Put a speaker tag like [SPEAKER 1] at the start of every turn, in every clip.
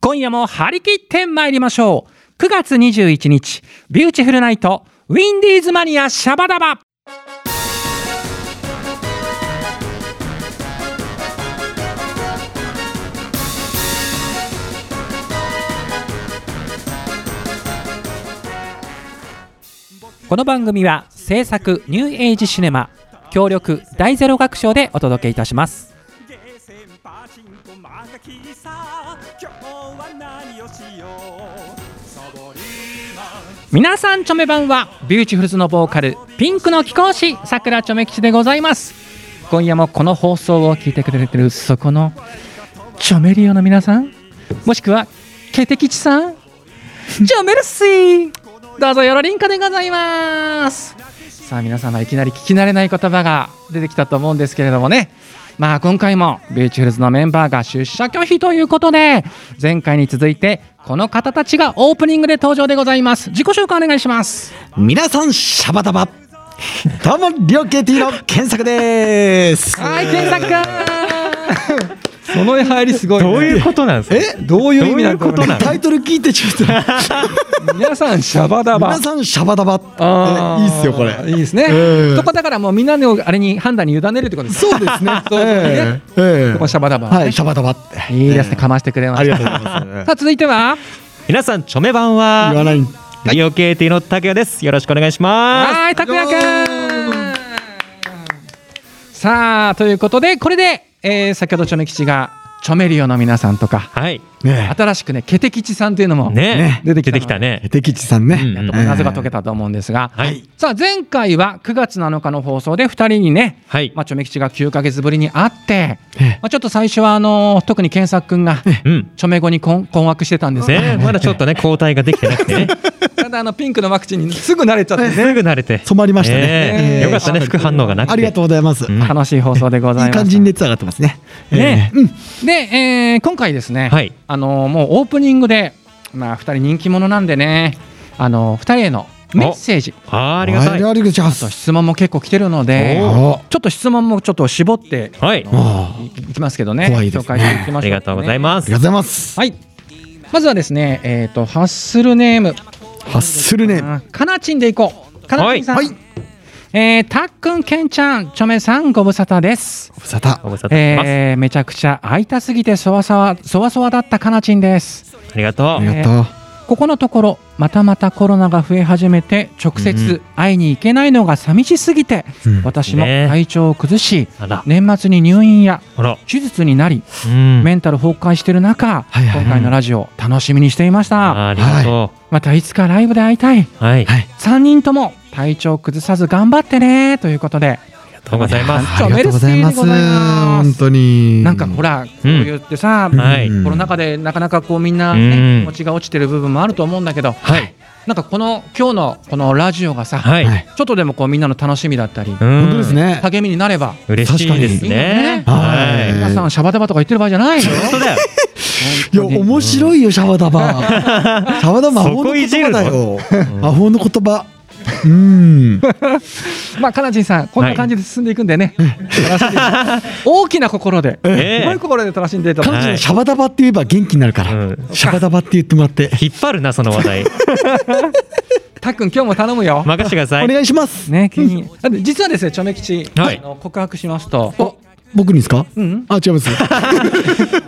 [SPEAKER 1] 今夜も張り切って参りましょう。9月21日、ビューティフルナイト、ウィンディーズマニアシャバダバ。この番組は制作ニューエイジシネマ協力大ゼロ学賞でお届けいたします
[SPEAKER 2] ゲーセンパチンコマガキさ今日は何をしようサボリーマン
[SPEAKER 1] 皆さんチョメ版はビューティフルズのボーカルピンクの貴公子さくらチョメ吉でございます今夜もこの放送を聞いてくれてるそこのチョメリオの皆さんもしくはケテキチさんチョメルシーどうぞよろりんかでございますさあ皆様いきなり聞き慣れない言葉が出てきたと思うんですけれどもねまあ今回もビューチフルズのメンバーが出社拒否ということで前回に続いてこの方たちがオープニングで登場でございます自己紹介お願いします
[SPEAKER 3] 皆さんシャバダバどうも両 KT の検索です
[SPEAKER 1] はい検索
[SPEAKER 4] その入りすごい、
[SPEAKER 5] どういうことなんですか
[SPEAKER 4] えどういう意味なの
[SPEAKER 5] どういうことなの
[SPEAKER 3] タイトル聞いてちょっと
[SPEAKER 4] 皆さんシャバダバ
[SPEAKER 3] 皆さんシャバダバえいいっすよこれ
[SPEAKER 4] いいですね、
[SPEAKER 3] ええ
[SPEAKER 4] そこだからもうみんなのあれに判断に委ねるってことです
[SPEAKER 3] そうで すね
[SPEAKER 4] そうですね
[SPEAKER 3] ええええ
[SPEAKER 4] ここシャバダバ、
[SPEAKER 3] はいシャバダバって
[SPEAKER 4] いいですねかましてくれま
[SPEAKER 3] あ
[SPEAKER 4] し
[SPEAKER 3] り
[SPEAKER 4] た
[SPEAKER 3] が
[SPEAKER 4] さ
[SPEAKER 3] とうございます
[SPEAKER 4] あ続いては
[SPEAKER 5] 皆さんチョメ版
[SPEAKER 3] 言わ
[SPEAKER 5] は
[SPEAKER 3] ない
[SPEAKER 5] リオケーティの竹谷ですよろしくお願いします
[SPEAKER 4] はい、たくやくん。さあ、ということで、これで、えー先ほどチョメ吉が、チョメリオの皆さんとか、
[SPEAKER 5] はい
[SPEAKER 3] ね
[SPEAKER 4] 新しくね、ケテ吉さんというのも、
[SPEAKER 5] ね
[SPEAKER 4] 出てきた
[SPEAKER 5] 出てきた
[SPEAKER 3] え
[SPEAKER 5] ね
[SPEAKER 3] 敵地さんね
[SPEAKER 5] うん
[SPEAKER 3] ええ
[SPEAKER 4] 謎が解けたと思うんですが、
[SPEAKER 5] はい
[SPEAKER 4] さあ、前回は9月7日の放送で2人にね、
[SPEAKER 5] はい
[SPEAKER 4] まあ、チョメ吉が9ヶ月ぶりに会って、
[SPEAKER 3] え
[SPEAKER 4] まあ、ちょっと最初は、あのー特に健作くんが、
[SPEAKER 5] うん
[SPEAKER 4] チョメ語に困困惑してたんですが、
[SPEAKER 5] ねまだちょっとね交代ができてなくてね
[SPEAKER 4] ただあのピンクのワクチンにすぐ慣れちゃって、
[SPEAKER 5] すぐ慣れて
[SPEAKER 3] 染まりましたね
[SPEAKER 5] ね
[SPEAKER 3] ええ
[SPEAKER 5] よかったね副反応がなくて
[SPEAKER 3] ありがとうございます
[SPEAKER 5] うん
[SPEAKER 3] あ
[SPEAKER 4] 楽しい放送でござ
[SPEAKER 3] い
[SPEAKER 4] い
[SPEAKER 3] い
[SPEAKER 4] ま
[SPEAKER 3] 感
[SPEAKER 4] す
[SPEAKER 3] じに熱上がってますね
[SPEAKER 4] ね
[SPEAKER 3] ええうん
[SPEAKER 4] で、えー今回ですね、
[SPEAKER 5] はい
[SPEAKER 4] あのーもうオープニングで、まあ、2人人気者なんでね、あの2人へのメッセージ
[SPEAKER 5] あーありがたい
[SPEAKER 3] ありがとうございま
[SPEAKER 4] あと
[SPEAKER 3] す
[SPEAKER 4] 質問も結構来てるので
[SPEAKER 3] おー
[SPEAKER 4] ちょっと質問もちょっと絞って
[SPEAKER 5] はい
[SPEAKER 3] ああ
[SPEAKER 4] いきますけどね
[SPEAKER 3] 怖いですね
[SPEAKER 4] 紹介していきま
[SPEAKER 5] あ
[SPEAKER 4] しょう、
[SPEAKER 5] りがとうございま
[SPEAKER 3] あ
[SPEAKER 5] す
[SPEAKER 3] りがとうございます
[SPEAKER 4] はいまずはですね、えー、とハッスルネーム
[SPEAKER 3] ハッスルね
[SPEAKER 4] あーかなちんでいこうかなちんさん、
[SPEAKER 3] はいはい
[SPEAKER 4] えーたっくんけんちゃんちょめさんご無沙汰です
[SPEAKER 3] ふさた
[SPEAKER 5] ご無沙汰してます、
[SPEAKER 4] えーめちゃくちゃ会いたすぎてそわそわそわそわだったかなちんです
[SPEAKER 5] ありがと
[SPEAKER 3] あ
[SPEAKER 5] う
[SPEAKER 3] りがとう
[SPEAKER 4] ここのところまたまたコロナが増え始めて直接会いに行けないのが寂しすぎて、
[SPEAKER 3] うん
[SPEAKER 4] 私も
[SPEAKER 5] ね
[SPEAKER 4] 体調を崩し、
[SPEAKER 5] あら
[SPEAKER 4] 年末に入院や
[SPEAKER 5] ほら
[SPEAKER 4] 手術になり、
[SPEAKER 5] うん
[SPEAKER 4] メンタル崩壊してる中、
[SPEAKER 3] はいはい
[SPEAKER 4] 今回のラジオ楽しみにしていました、
[SPEAKER 5] あーありがと
[SPEAKER 4] またいつかライブで会いたいう
[SPEAKER 5] はい、
[SPEAKER 3] はい
[SPEAKER 4] 3人とも体調を崩さず頑張ってねということで
[SPEAKER 5] ありがとうございます
[SPEAKER 3] ありがとうございます
[SPEAKER 4] おめでとうございます
[SPEAKER 3] 本当に
[SPEAKER 4] なんかほら、そう言ってさ、
[SPEAKER 3] ん
[SPEAKER 5] はい
[SPEAKER 3] うん
[SPEAKER 4] コロナ禍でなかなかこうみんな、ね
[SPEAKER 5] うん
[SPEAKER 4] 気持ちが落ちてる部分もあると思うんだけど、
[SPEAKER 5] はい
[SPEAKER 4] なんかこの今日のこのラジオがさ、
[SPEAKER 5] はい、
[SPEAKER 3] はい
[SPEAKER 4] ちょっとでもこうみんなの楽しみだったり、
[SPEAKER 5] うん
[SPEAKER 3] 本当ですね
[SPEAKER 4] 励みになれば、
[SPEAKER 5] 嬉しいですね
[SPEAKER 4] 確
[SPEAKER 3] かに
[SPEAKER 5] はい
[SPEAKER 3] えー
[SPEAKER 4] 皆さん、シャバダバとか言ってる場合じゃないよ。
[SPEAKER 5] 本当だよ
[SPEAKER 3] いや
[SPEAKER 4] 本当に
[SPEAKER 3] 面白いよシャワ ダバシャワダバ魔法
[SPEAKER 5] そこ
[SPEAKER 3] の
[SPEAKER 5] い
[SPEAKER 3] 言
[SPEAKER 5] じる
[SPEAKER 3] 葉
[SPEAKER 5] の
[SPEAKER 3] だよ魔法の言葉うーん
[SPEAKER 4] まあ、かなちんさん、こんな感じで進んでいくんで ね、楽しんで大きな心で、
[SPEAKER 5] ええ
[SPEAKER 4] 広い心で楽しんでいただ
[SPEAKER 3] 彼
[SPEAKER 4] き
[SPEAKER 3] 女
[SPEAKER 5] は
[SPEAKER 3] の
[SPEAKER 5] い
[SPEAKER 3] シャバダバって言えば元気になるから、
[SPEAKER 5] うん
[SPEAKER 3] シャバダバって言ってもらって
[SPEAKER 5] 引っ張るなその話 題
[SPEAKER 4] たっくん、今日も頼むよ。
[SPEAKER 5] 任せてくださ
[SPEAKER 3] お
[SPEAKER 5] い
[SPEAKER 3] 願いします、
[SPEAKER 4] ね、気にだって実はですね、チョメ吉、
[SPEAKER 5] はい
[SPEAKER 4] あの告白しますと、
[SPEAKER 3] あ僕にですか、
[SPEAKER 4] うん
[SPEAKER 3] あ違います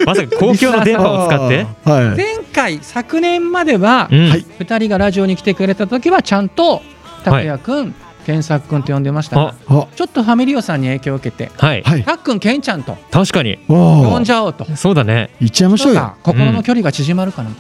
[SPEAKER 5] まさか公共の電波を使って
[SPEAKER 3] あーはい、
[SPEAKER 4] 前回、昨年までは、
[SPEAKER 5] うん
[SPEAKER 3] はい
[SPEAKER 4] 2人がラジオに来てくれた時はちゃんと拓也くん、健作くんと呼んでましたが
[SPEAKER 5] あ
[SPEAKER 3] あ
[SPEAKER 4] ちょっとファミリオさんに影響を受けて
[SPEAKER 5] はい、
[SPEAKER 3] はい
[SPEAKER 4] たっくんけんちゃんと
[SPEAKER 5] 確かに
[SPEAKER 3] お
[SPEAKER 4] 呼んじ
[SPEAKER 3] ー
[SPEAKER 4] ゃおうと
[SPEAKER 5] そうだね
[SPEAKER 3] 行っちゃいましょうよ
[SPEAKER 4] なんか心の距離が縮まるかな、
[SPEAKER 5] い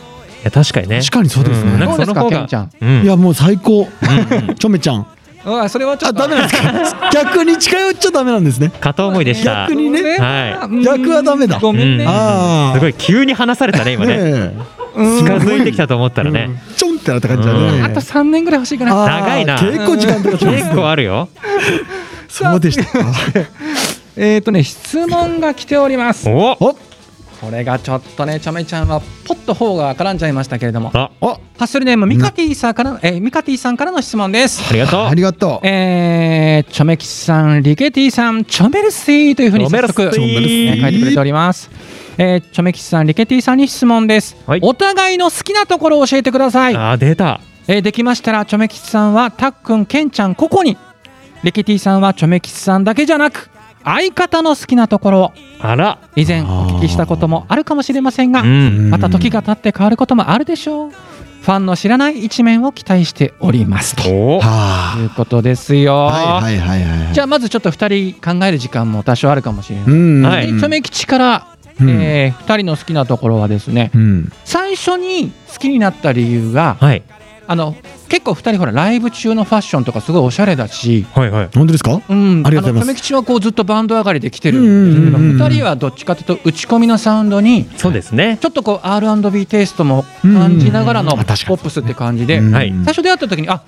[SPEAKER 5] や確かにね
[SPEAKER 3] 確かにそうですね、
[SPEAKER 5] んなん
[SPEAKER 4] ど
[SPEAKER 5] か
[SPEAKER 4] うですか
[SPEAKER 5] その方が
[SPEAKER 4] けんちゃん
[SPEAKER 5] うん
[SPEAKER 3] いやもう最高、
[SPEAKER 5] うんうん
[SPEAKER 3] ちょめちゃん
[SPEAKER 4] うわそれはちょ
[SPEAKER 3] あ
[SPEAKER 4] っと
[SPEAKER 3] ダメなんです か逆に近寄っちゃダメなんですね
[SPEAKER 5] 片思いでした
[SPEAKER 3] 逆にね
[SPEAKER 5] は
[SPEAKER 4] うん
[SPEAKER 3] 逆はダメだ
[SPEAKER 4] ごめんね、
[SPEAKER 5] うん
[SPEAKER 3] ああ
[SPEAKER 5] すごい急に離されたね今ね
[SPEAKER 3] ね
[SPEAKER 4] うん
[SPEAKER 5] 近づいてきたと思ったらね
[SPEAKER 3] えちょんってなった感じだね、
[SPEAKER 5] うん
[SPEAKER 4] あと3年ぐらい欲しいかな
[SPEAKER 3] あー
[SPEAKER 5] 長いな
[SPEAKER 3] 結構時間とか
[SPEAKER 5] 結
[SPEAKER 3] きますね
[SPEAKER 5] 構あるよ
[SPEAKER 3] そうでしたか
[SPEAKER 4] えっ、ー、とね質問が来ております
[SPEAKER 5] お
[SPEAKER 3] お
[SPEAKER 4] これがちょっとねちゃめちゃんはポッと方が絡んじゃいましたけれどもハ
[SPEAKER 5] あ
[SPEAKER 3] あ
[SPEAKER 4] ッスルネームミカティさんからの、えーミカティさんからの質問です
[SPEAKER 5] ありがとう
[SPEAKER 3] ありがとう
[SPEAKER 4] えー、チョメキさん、リケティさん、チョメルシーというふうに
[SPEAKER 5] チョ
[SPEAKER 4] 早
[SPEAKER 5] メルシー
[SPEAKER 4] 速、ね、書いてくれております。えー、チョメキシさんリケティさんに質問です、
[SPEAKER 5] はい
[SPEAKER 4] お互いの好きなところを教えてください、
[SPEAKER 5] あー出た
[SPEAKER 4] えーできましたらチョメキシさんはたっくんけんちゃんここにリケティさんはチョメキシさんだけじゃなく相方の好きなところを
[SPEAKER 5] あら
[SPEAKER 4] 以前お聞きしたこともあるかもしれませんが
[SPEAKER 5] うん
[SPEAKER 4] また時が経って変わることもあるでしょうファンの知らない一面を期待しておりますと
[SPEAKER 5] お
[SPEAKER 3] は
[SPEAKER 4] いうことですよ、
[SPEAKER 3] あはいはいはいはい
[SPEAKER 4] じゃあまずちょっと2人考える時間も多少あるかもしれない、
[SPEAKER 3] うん
[SPEAKER 5] はい
[SPEAKER 4] でチョメ吉から、
[SPEAKER 3] うん
[SPEAKER 4] え2人の好きなところはですね
[SPEAKER 3] うん
[SPEAKER 4] 最初に好きになった理由が
[SPEAKER 5] はい
[SPEAKER 4] あの結構2人ほらライブ中のファッションとかすごいおしゃれだし
[SPEAKER 5] はいはい
[SPEAKER 3] 本当ですか
[SPEAKER 4] うん、
[SPEAKER 3] ありがとうご
[SPEAKER 4] のチ
[SPEAKER 3] ざいます
[SPEAKER 4] ョメ吉はこうずっとバンド上がりで来てる、
[SPEAKER 3] うんうんうんうん
[SPEAKER 4] 2人はどっちかというと打ち込みのサウンドに
[SPEAKER 5] そうですね
[SPEAKER 4] ちょっとこう R&B テイストも感じながらの
[SPEAKER 3] うん
[SPEAKER 4] ポ
[SPEAKER 3] あ確かに
[SPEAKER 4] ップスって感じで、
[SPEAKER 3] うん
[SPEAKER 5] はい
[SPEAKER 4] 最初出会った時にあ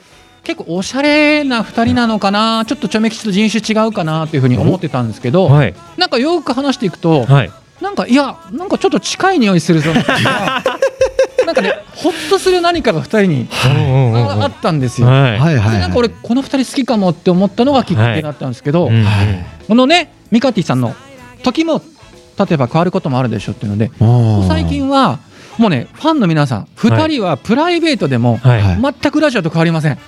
[SPEAKER 4] 結構おしゃれな2人なのかなちょっとチョメ吉と人種違うかなというふうに思ってたんですけど、
[SPEAKER 5] はい
[SPEAKER 4] なんかよく話していくと、
[SPEAKER 5] はい
[SPEAKER 4] なんかいやなんかちょっと近い匂いする ぞなんかねほっとする何かが2人に
[SPEAKER 5] うんうんうん
[SPEAKER 4] ああったんですよ。
[SPEAKER 5] はい
[SPEAKER 3] はいはい
[SPEAKER 4] でなんか俺この2人好きかもって思ったのがきっかけだったんですけど、
[SPEAKER 5] うんうん
[SPEAKER 4] このねミカティさんの時も経てば変わることもあるでしょっていうので最近はもうねファンの皆さん2人はプライベートでも
[SPEAKER 5] はい
[SPEAKER 3] は
[SPEAKER 4] 全くラジオと変わりませ ん、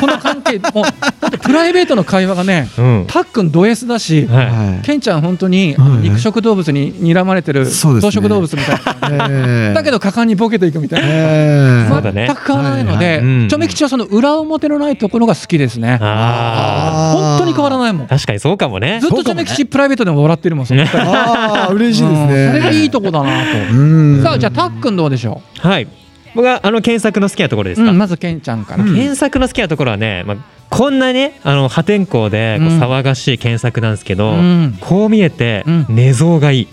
[SPEAKER 4] この関係もうだってプライベートの会話がね
[SPEAKER 5] うん
[SPEAKER 4] たっくんド S だし、
[SPEAKER 5] はい
[SPEAKER 3] はい
[SPEAKER 4] ケンちゃん本当に
[SPEAKER 3] はい
[SPEAKER 4] 肉食動物に睨まれてる
[SPEAKER 3] そうですね
[SPEAKER 4] 草食動物みたいな、
[SPEAKER 3] ええ
[SPEAKER 4] だけど果敢にボケていくみたいな。
[SPEAKER 3] ええ
[SPEAKER 5] そうだね
[SPEAKER 4] 全く変わらないの
[SPEAKER 5] い
[SPEAKER 4] で、
[SPEAKER 5] うん
[SPEAKER 4] チョメ吉はその裏表のないところが好きですね。
[SPEAKER 5] あ
[SPEAKER 3] あー
[SPEAKER 4] 本当に変わらないもん
[SPEAKER 5] ー。確かにそうかもね
[SPEAKER 4] ずっとチョメ吉プライベートでも笑ってるもん。その二人
[SPEAKER 3] ああ嬉しいです
[SPEAKER 4] うん
[SPEAKER 3] ね
[SPEAKER 4] それがいいとこだなと。
[SPEAKER 3] うん
[SPEAKER 4] さあじゃあたっくんどうでしょ
[SPEAKER 5] はい僕はあの検索の好きなところです
[SPEAKER 4] う。う
[SPEAKER 5] か
[SPEAKER 4] んまずケンちゃんから。
[SPEAKER 3] うん
[SPEAKER 5] 検索の好きなところはね、まあ、こんなねあの破天荒でこう
[SPEAKER 4] うん
[SPEAKER 5] 騒がしい検索なんですけど、
[SPEAKER 4] うん
[SPEAKER 5] こう見えて
[SPEAKER 4] うん
[SPEAKER 5] 寝相がいい、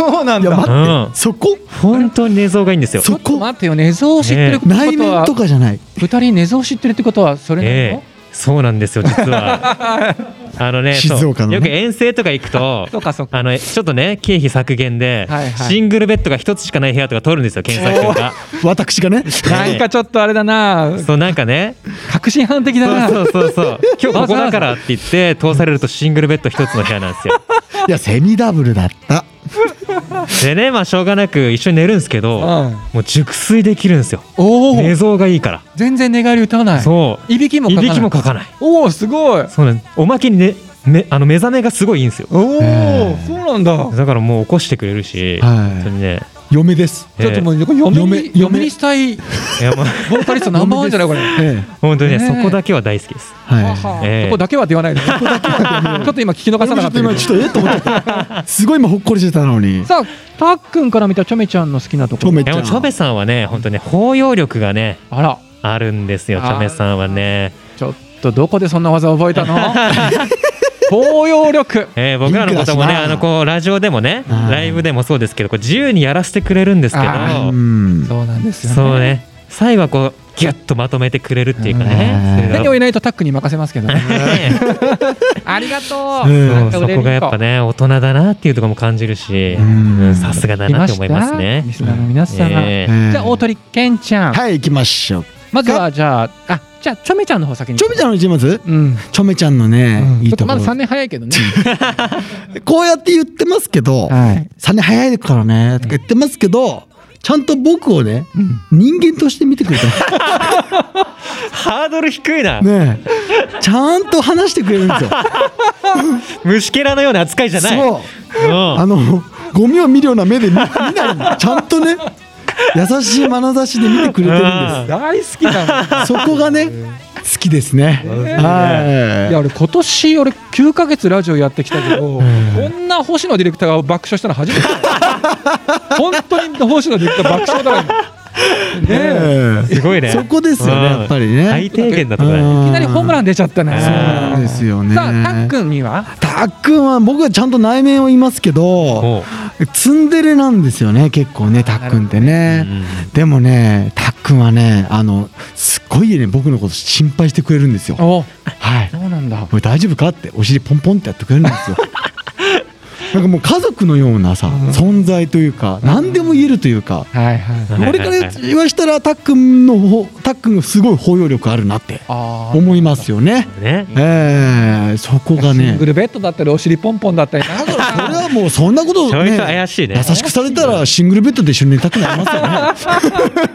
[SPEAKER 4] そうなん
[SPEAKER 3] いや
[SPEAKER 5] う
[SPEAKER 3] 待って
[SPEAKER 5] ん、
[SPEAKER 3] そこ
[SPEAKER 5] 本当に寝相がいいんですよ
[SPEAKER 4] ちょっと待ってよ寝相を知ってるってこと
[SPEAKER 3] 内面
[SPEAKER 4] は
[SPEAKER 3] とかじゃない
[SPEAKER 4] 二人寝相を知ってるってことはそれなの、
[SPEAKER 5] ええそうなんですよ実はあのねそう
[SPEAKER 3] 静岡のね
[SPEAKER 5] よく遠征とか行くと
[SPEAKER 4] そうかそうか
[SPEAKER 5] あのちょっとね経費削減で、
[SPEAKER 4] はいはい
[SPEAKER 5] シングルベッドが一つしかない部屋とか取るんですよ検索とか
[SPEAKER 3] 私がね
[SPEAKER 4] なんかちょっとあれだな
[SPEAKER 5] そうなんかね
[SPEAKER 4] 確信犯的だな
[SPEAKER 5] そうそうそう 今日ここだからって言って通されるとシングルベッド一つの部屋なんですよ
[SPEAKER 3] いやセミダブルだった
[SPEAKER 5] でねまあしょうがなく一緒に寝るんですけど、
[SPEAKER 4] うん
[SPEAKER 5] もう熟睡できるんですよ
[SPEAKER 4] おお
[SPEAKER 5] 寝相がいいから、
[SPEAKER 4] 全然寝返り打たない
[SPEAKER 5] そう
[SPEAKER 4] いびきも
[SPEAKER 5] い
[SPEAKER 4] かか
[SPEAKER 5] び
[SPEAKER 4] な
[SPEAKER 5] き
[SPEAKER 4] い
[SPEAKER 5] もかかない
[SPEAKER 4] おおすごい
[SPEAKER 5] そうなんですおまけにねめあの目覚めがすごいいいんですよ
[SPEAKER 4] おお、
[SPEAKER 3] ええ
[SPEAKER 4] そうなんだ
[SPEAKER 5] だからもう起こしてくれるし、
[SPEAKER 3] はい
[SPEAKER 5] 本当にね
[SPEAKER 3] 嫁です
[SPEAKER 5] え
[SPEAKER 4] ちょっともう嫁に
[SPEAKER 3] 嫁
[SPEAKER 4] 嫁にしたいボ
[SPEAKER 5] いやもう
[SPEAKER 4] ーカリストナンバーワンじゃない これ、
[SPEAKER 3] ええ
[SPEAKER 5] 本当にね、
[SPEAKER 4] ねえ
[SPEAKER 5] そこだけは大好きです
[SPEAKER 3] はい
[SPEAKER 4] はは
[SPEAKER 5] ええ
[SPEAKER 4] そこだけはって言わ ないでちょっと今聞き逃さなか
[SPEAKER 3] ち
[SPEAKER 4] っ
[SPEAKER 3] ょっと
[SPEAKER 4] たけど
[SPEAKER 3] 今ちょっとえっと思っちゃったすごい今ほっこりしてた のに
[SPEAKER 4] さあたっくんから見たチョメちゃんの好きなとこ
[SPEAKER 3] ちょ
[SPEAKER 4] ろ
[SPEAKER 3] め
[SPEAKER 5] い
[SPEAKER 3] ち
[SPEAKER 5] やも
[SPEAKER 3] ゃ
[SPEAKER 5] うチョベさんはね本当ね包容力がね
[SPEAKER 4] あら
[SPEAKER 5] あるんですよチ
[SPEAKER 4] あー
[SPEAKER 5] ョベさんはね、
[SPEAKER 4] ちょっとどこでそんな技覚えた の包容力
[SPEAKER 5] えー僕らのことも
[SPEAKER 3] いい暮
[SPEAKER 5] ね
[SPEAKER 3] らし
[SPEAKER 5] あ
[SPEAKER 3] な
[SPEAKER 5] のこうラジオでもね
[SPEAKER 3] あー
[SPEAKER 5] ライブでもそうですけどこう自由にやらせてくれるんですけ
[SPEAKER 4] あ
[SPEAKER 5] ど
[SPEAKER 3] うん
[SPEAKER 4] そうなんですよね
[SPEAKER 5] そうね最後はこうギュッとまとめてくれるっていうかね
[SPEAKER 3] う
[SPEAKER 5] そ
[SPEAKER 3] ん
[SPEAKER 5] れ
[SPEAKER 4] 何
[SPEAKER 5] が
[SPEAKER 4] をいないとタックに任せますけど ありがとう、
[SPEAKER 3] うん
[SPEAKER 5] そ
[SPEAKER 4] なん
[SPEAKER 5] う
[SPEAKER 4] か
[SPEAKER 5] そ
[SPEAKER 4] 売れる
[SPEAKER 5] こがやっぱね大人だなっていうところも感じるし
[SPEAKER 3] うん
[SPEAKER 5] うんさすがだ
[SPEAKER 4] 来
[SPEAKER 5] な
[SPEAKER 4] ま
[SPEAKER 5] って
[SPEAKER 4] し
[SPEAKER 5] 思
[SPEAKER 4] た
[SPEAKER 5] いますね
[SPEAKER 4] リ。スナーの皆様、
[SPEAKER 5] ええ
[SPEAKER 3] ええ
[SPEAKER 4] じゃあ大鳥健ちゃん、
[SPEAKER 3] はい行きましょう
[SPEAKER 4] まずはじゃああじゃあチョメちゃんの方先に
[SPEAKER 3] ちょめちゃんの一ます
[SPEAKER 4] うん
[SPEAKER 3] ちょめちゃんのねいい
[SPEAKER 4] ちょっ
[SPEAKER 3] と
[SPEAKER 4] と
[SPEAKER 3] こ
[SPEAKER 4] まだ3
[SPEAKER 3] ろ
[SPEAKER 4] 年早いけ どね。
[SPEAKER 3] こうやって言ってますけど
[SPEAKER 4] はい。
[SPEAKER 3] 3年早いからねとか言ってますけどちゃんと僕をね人間として見てく れた
[SPEAKER 5] ハードル低いな、
[SPEAKER 3] ねえちゃんと話してくれる んですよ
[SPEAKER 5] 虫けらのような扱いじゃない。
[SPEAKER 3] そう
[SPEAKER 5] うん
[SPEAKER 3] あのゴミを見るような目で見見ないのちゃんとね優しい眼差しで見てくれてるんで
[SPEAKER 4] 大好きだ
[SPEAKER 3] すそこがね好きですね
[SPEAKER 4] もん。いや
[SPEAKER 3] は
[SPEAKER 4] 俺今年俺9ヶ月ラジオやってきたけど、こんな星野ディレクターが爆笑したの初 めてだよ。本当に星野ディレクター爆笑だから。ね
[SPEAKER 3] い
[SPEAKER 4] え。
[SPEAKER 3] ええ
[SPEAKER 5] すごいね。
[SPEAKER 3] そこですよね
[SPEAKER 5] うん
[SPEAKER 3] やっぱりね
[SPEAKER 5] 最低限だと
[SPEAKER 3] う
[SPEAKER 5] ね。
[SPEAKER 3] ん
[SPEAKER 4] いきなりホームラン出ちゃったね。
[SPEAKER 5] そう
[SPEAKER 3] そうですよね
[SPEAKER 4] さあたっくんには
[SPEAKER 3] たっくんは僕はちゃんと内面を言いますけど
[SPEAKER 5] おう
[SPEAKER 3] ツンデレなんですよね結構ねたっくんってね
[SPEAKER 5] うん
[SPEAKER 3] でもねたっくんはねあのすっごいね僕のこと心配してくれるんですよ
[SPEAKER 4] お
[SPEAKER 3] はい
[SPEAKER 4] そうなんだ
[SPEAKER 3] これ大丈夫かってお尻ポンポンってやってくれるんですよなんかもう家族のようなさ、存在というか、何でも言えるというか。
[SPEAKER 6] はいはい
[SPEAKER 5] はい
[SPEAKER 3] 俺から言わしたら、たっくんのほ、たっくんがすごい包容力あるなって
[SPEAKER 6] あー
[SPEAKER 3] 思いますよね。
[SPEAKER 5] ね
[SPEAKER 3] ええ、そこが
[SPEAKER 6] シ
[SPEAKER 3] ね
[SPEAKER 6] ング。ルベッドだったりお尻ポンポンだったりなんだろう
[SPEAKER 3] それはもうそんなこ と
[SPEAKER 5] ちょい
[SPEAKER 3] ね
[SPEAKER 5] と怪しいね
[SPEAKER 3] 優しくされたらシングルベッドで一緒に寝たくなりますよね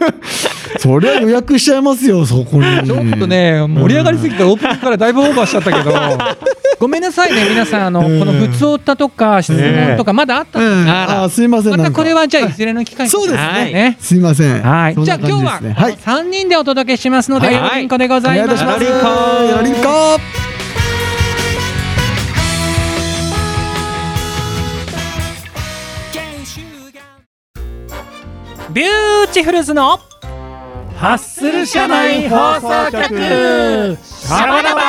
[SPEAKER 3] それは予約しちゃいますよそこに
[SPEAKER 6] ちょっとね、盛り上がりすぎてオープニングからだいぶオーバーしちゃったけ ど、
[SPEAKER 4] ごめんなさいね皆さんあの、
[SPEAKER 3] うん
[SPEAKER 4] この「ふつおた」とか質問とかまだあった
[SPEAKER 3] うん
[SPEAKER 4] で
[SPEAKER 3] んあすいません
[SPEAKER 4] またこれ
[SPEAKER 3] は
[SPEAKER 4] はじゃあいずれの機会に
[SPEAKER 3] そうですね
[SPEAKER 4] はい
[SPEAKER 3] すいません
[SPEAKER 4] はい
[SPEAKER 3] そん
[SPEAKER 4] じゃ
[SPEAKER 3] な
[SPEAKER 4] あ今日
[SPEAKER 3] 感
[SPEAKER 4] は
[SPEAKER 3] じですねはい
[SPEAKER 4] 3人でお届けしますので、
[SPEAKER 5] はい
[SPEAKER 4] よろりんこでご
[SPEAKER 3] お
[SPEAKER 4] ざい
[SPEAKER 3] 願いい
[SPEAKER 4] ま
[SPEAKER 3] た
[SPEAKER 4] す
[SPEAKER 3] します
[SPEAKER 5] よろりんこ
[SPEAKER 3] よろりんこ
[SPEAKER 4] ビューティフルズのハッスル社内放送局シャバダバ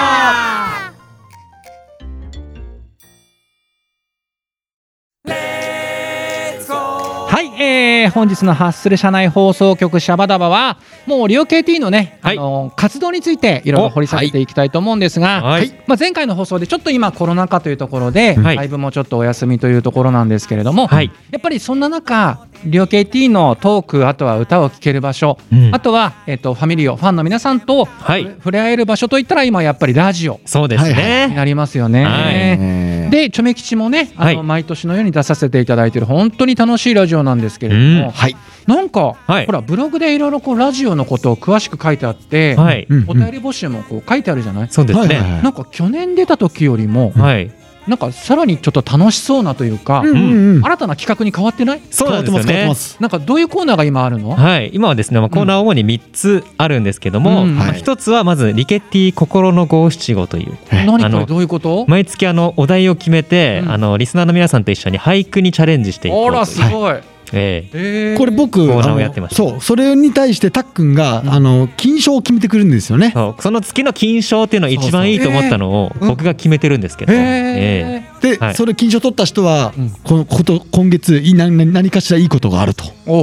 [SPEAKER 4] はい、えー、本日のハッスル社内放送局シャバダバはもうリオ KT のね、
[SPEAKER 5] はい
[SPEAKER 4] あのー活動についていろいろ掘り下げていきたいと思うんですが、
[SPEAKER 5] はい
[SPEAKER 4] まあ、前回の放送でちょっと今コロナ禍というところで、
[SPEAKER 5] はい
[SPEAKER 4] ライブもちょっとお休みというところなんですけれども、
[SPEAKER 5] はい
[SPEAKER 4] やっぱりそんな中両 KT のトークあとは歌を聴ける場所、
[SPEAKER 5] うん
[SPEAKER 4] あとは、えっとファミリーをファンの皆さんと
[SPEAKER 5] はい
[SPEAKER 4] 触れ合える場所といったら今やっぱりラジオ
[SPEAKER 5] そうです
[SPEAKER 4] に
[SPEAKER 5] ね
[SPEAKER 4] なりますよね。
[SPEAKER 5] はい
[SPEAKER 3] えー
[SPEAKER 4] でチョメ吉もねあの、
[SPEAKER 5] はい
[SPEAKER 4] 毎年のように出させていただいてる本当に楽しいラジオなんですけれども、
[SPEAKER 5] うん
[SPEAKER 3] はい
[SPEAKER 4] なんか、
[SPEAKER 5] はい
[SPEAKER 4] ほらブログでいろいろこうラジオのことを詳しく書いてあって、
[SPEAKER 5] はい
[SPEAKER 3] うん
[SPEAKER 4] お便り募集もこう書いてあるじゃない、
[SPEAKER 5] そうです
[SPEAKER 3] はいはい
[SPEAKER 5] ね
[SPEAKER 3] はい
[SPEAKER 4] なんか去年出た時よりも、
[SPEAKER 5] はい
[SPEAKER 4] なんかさらにちょっと楽しそうなというか、
[SPEAKER 3] うんうんうん
[SPEAKER 4] 新たな企画に変わってない
[SPEAKER 5] そうなんです
[SPEAKER 3] 変わ
[SPEAKER 5] よ
[SPEAKER 3] ってます変わって
[SPEAKER 5] ね
[SPEAKER 3] ます
[SPEAKER 4] なんかどういうコーナーが今あるの、
[SPEAKER 5] はい今はですねまあコーナー主に三つあるんですけども
[SPEAKER 4] うん
[SPEAKER 5] まあ
[SPEAKER 3] はい
[SPEAKER 5] 一つはまずリケッティ心の五七五という
[SPEAKER 4] 何こ
[SPEAKER 5] あ
[SPEAKER 4] れ
[SPEAKER 5] の
[SPEAKER 4] どういうこと
[SPEAKER 5] 毎月あのお題を決めて
[SPEAKER 4] うん
[SPEAKER 5] あのリスナーの皆さんと一緒に俳句にチャレンジしてい
[SPEAKER 4] あ
[SPEAKER 5] こうとい
[SPEAKER 4] ら
[SPEAKER 5] う
[SPEAKER 4] すごい、
[SPEAKER 5] ええ
[SPEAKER 4] えー
[SPEAKER 3] これ僕
[SPEAKER 5] コーナーを
[SPEAKER 3] あの
[SPEAKER 5] やってました
[SPEAKER 3] そうそれに対してたっくんがあの金賞を決めてくるんですよね
[SPEAKER 5] そうその月の金賞っていうのが一番いいと思ったのを
[SPEAKER 4] う
[SPEAKER 5] 僕が決めてるんですけど、
[SPEAKER 4] へ
[SPEAKER 5] ええ
[SPEAKER 4] え
[SPEAKER 3] で
[SPEAKER 5] はい
[SPEAKER 3] それ金賞取った人は
[SPEAKER 4] うん
[SPEAKER 3] このこと今月いい何何何かしらいいことがあると
[SPEAKER 4] お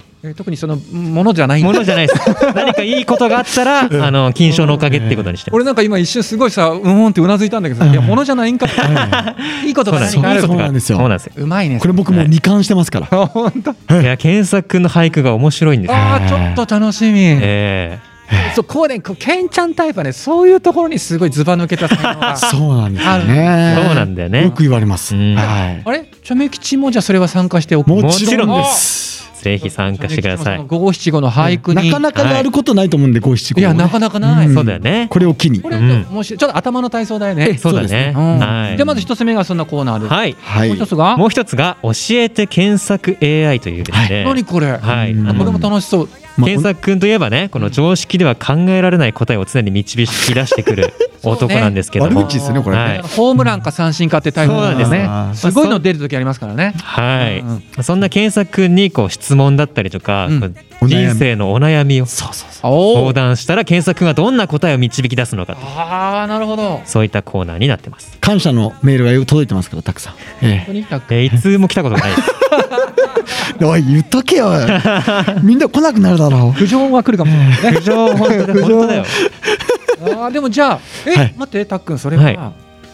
[SPEAKER 4] え
[SPEAKER 5] え
[SPEAKER 4] ー特にそのものじゃな
[SPEAKER 5] え
[SPEAKER 4] いん
[SPEAKER 5] も
[SPEAKER 4] だ
[SPEAKER 5] のじゃないです何かいいことがあったらあの金賞のおかげってことにしてます
[SPEAKER 6] 俺なんか今一瞬すごいさうんうんってうなずいたんだけどさいや物じゃないんかって
[SPEAKER 4] いいことが何
[SPEAKER 3] そう
[SPEAKER 4] かある
[SPEAKER 3] そ
[SPEAKER 4] と
[SPEAKER 3] う
[SPEAKER 4] か
[SPEAKER 3] なんです
[SPEAKER 5] そう
[SPEAKER 3] よ
[SPEAKER 5] なんですよ
[SPEAKER 4] うまいね
[SPEAKER 3] これ僕もう二冠してますから
[SPEAKER 6] あ本当
[SPEAKER 5] いや検索の俳句が面白いんですよ、
[SPEAKER 4] ああちょっと楽しみ、
[SPEAKER 5] え
[SPEAKER 4] そうこうねこうケンちゃんタイプはねそういうところにすごいずば抜けた才能が
[SPEAKER 3] そうなんですよ
[SPEAKER 5] え
[SPEAKER 3] ね。
[SPEAKER 5] そうなんだよね
[SPEAKER 3] よく言われます。
[SPEAKER 5] うん
[SPEAKER 3] はい。
[SPEAKER 4] あれチョメ吉もじゃあそれは参加しておく
[SPEAKER 3] もちろん
[SPEAKER 5] もちろん
[SPEAKER 3] で。
[SPEAKER 5] ですぜひ参加してください、
[SPEAKER 4] 五七五の俳句に
[SPEAKER 3] なかなかやることないと思うんで、五七五。
[SPEAKER 4] いやなかなかない、
[SPEAKER 3] うん
[SPEAKER 5] そうだよね
[SPEAKER 3] これを機に
[SPEAKER 4] こ。れ
[SPEAKER 5] うん
[SPEAKER 4] もしちょっと頭の体操だよね。
[SPEAKER 5] そうだ
[SPEAKER 3] そうで
[SPEAKER 5] ね
[SPEAKER 4] う、ん
[SPEAKER 5] はい
[SPEAKER 4] じゃあまず一つ目がそんなコーナーです。
[SPEAKER 5] はい
[SPEAKER 3] はい
[SPEAKER 4] もう。一つが
[SPEAKER 5] もう一つが教えて検索 AI というですね、
[SPEAKER 4] 何これ。
[SPEAKER 5] はい
[SPEAKER 3] うん
[SPEAKER 5] あ
[SPEAKER 4] これ
[SPEAKER 5] の
[SPEAKER 4] も楽しそう。
[SPEAKER 3] まあ
[SPEAKER 5] 検索君といえばねこの常識では考えられない答えを常に導き出してく る男なんですけど
[SPEAKER 3] 悪
[SPEAKER 5] も、
[SPEAKER 3] 口ですね、これ。
[SPEAKER 5] は
[SPEAKER 3] はい
[SPEAKER 4] ホームランか三振かってタイプ
[SPEAKER 5] そうなんです
[SPEAKER 3] ね
[SPEAKER 4] あーすごいの出る時ありますからね。
[SPEAKER 5] はい、
[SPEAKER 4] うん
[SPEAKER 5] そんな検索君にこう質問だったりとか、
[SPEAKER 4] うん
[SPEAKER 5] こう
[SPEAKER 3] お悩み
[SPEAKER 5] 人生のお悩みを
[SPEAKER 4] お
[SPEAKER 5] 相
[SPEAKER 4] お。
[SPEAKER 5] 談したら検索君がどんな答えを導き出すのかと
[SPEAKER 4] ああなるほど。
[SPEAKER 5] そういったコーナーになってます。
[SPEAKER 3] 感謝のメールが届いてますから、たくさん。え
[SPEAKER 4] とにかく
[SPEAKER 5] えーいつも来たことがないです。
[SPEAKER 3] え おい、言っとけ よ。みんな来なくなるだろう。
[SPEAKER 4] 苦情は来るかもしれないね。
[SPEAKER 5] 苦情本当だ本当だよ。
[SPEAKER 4] ああでもじゃあえ、
[SPEAKER 3] はい
[SPEAKER 4] 待ってたっくんそれは、
[SPEAKER 5] はい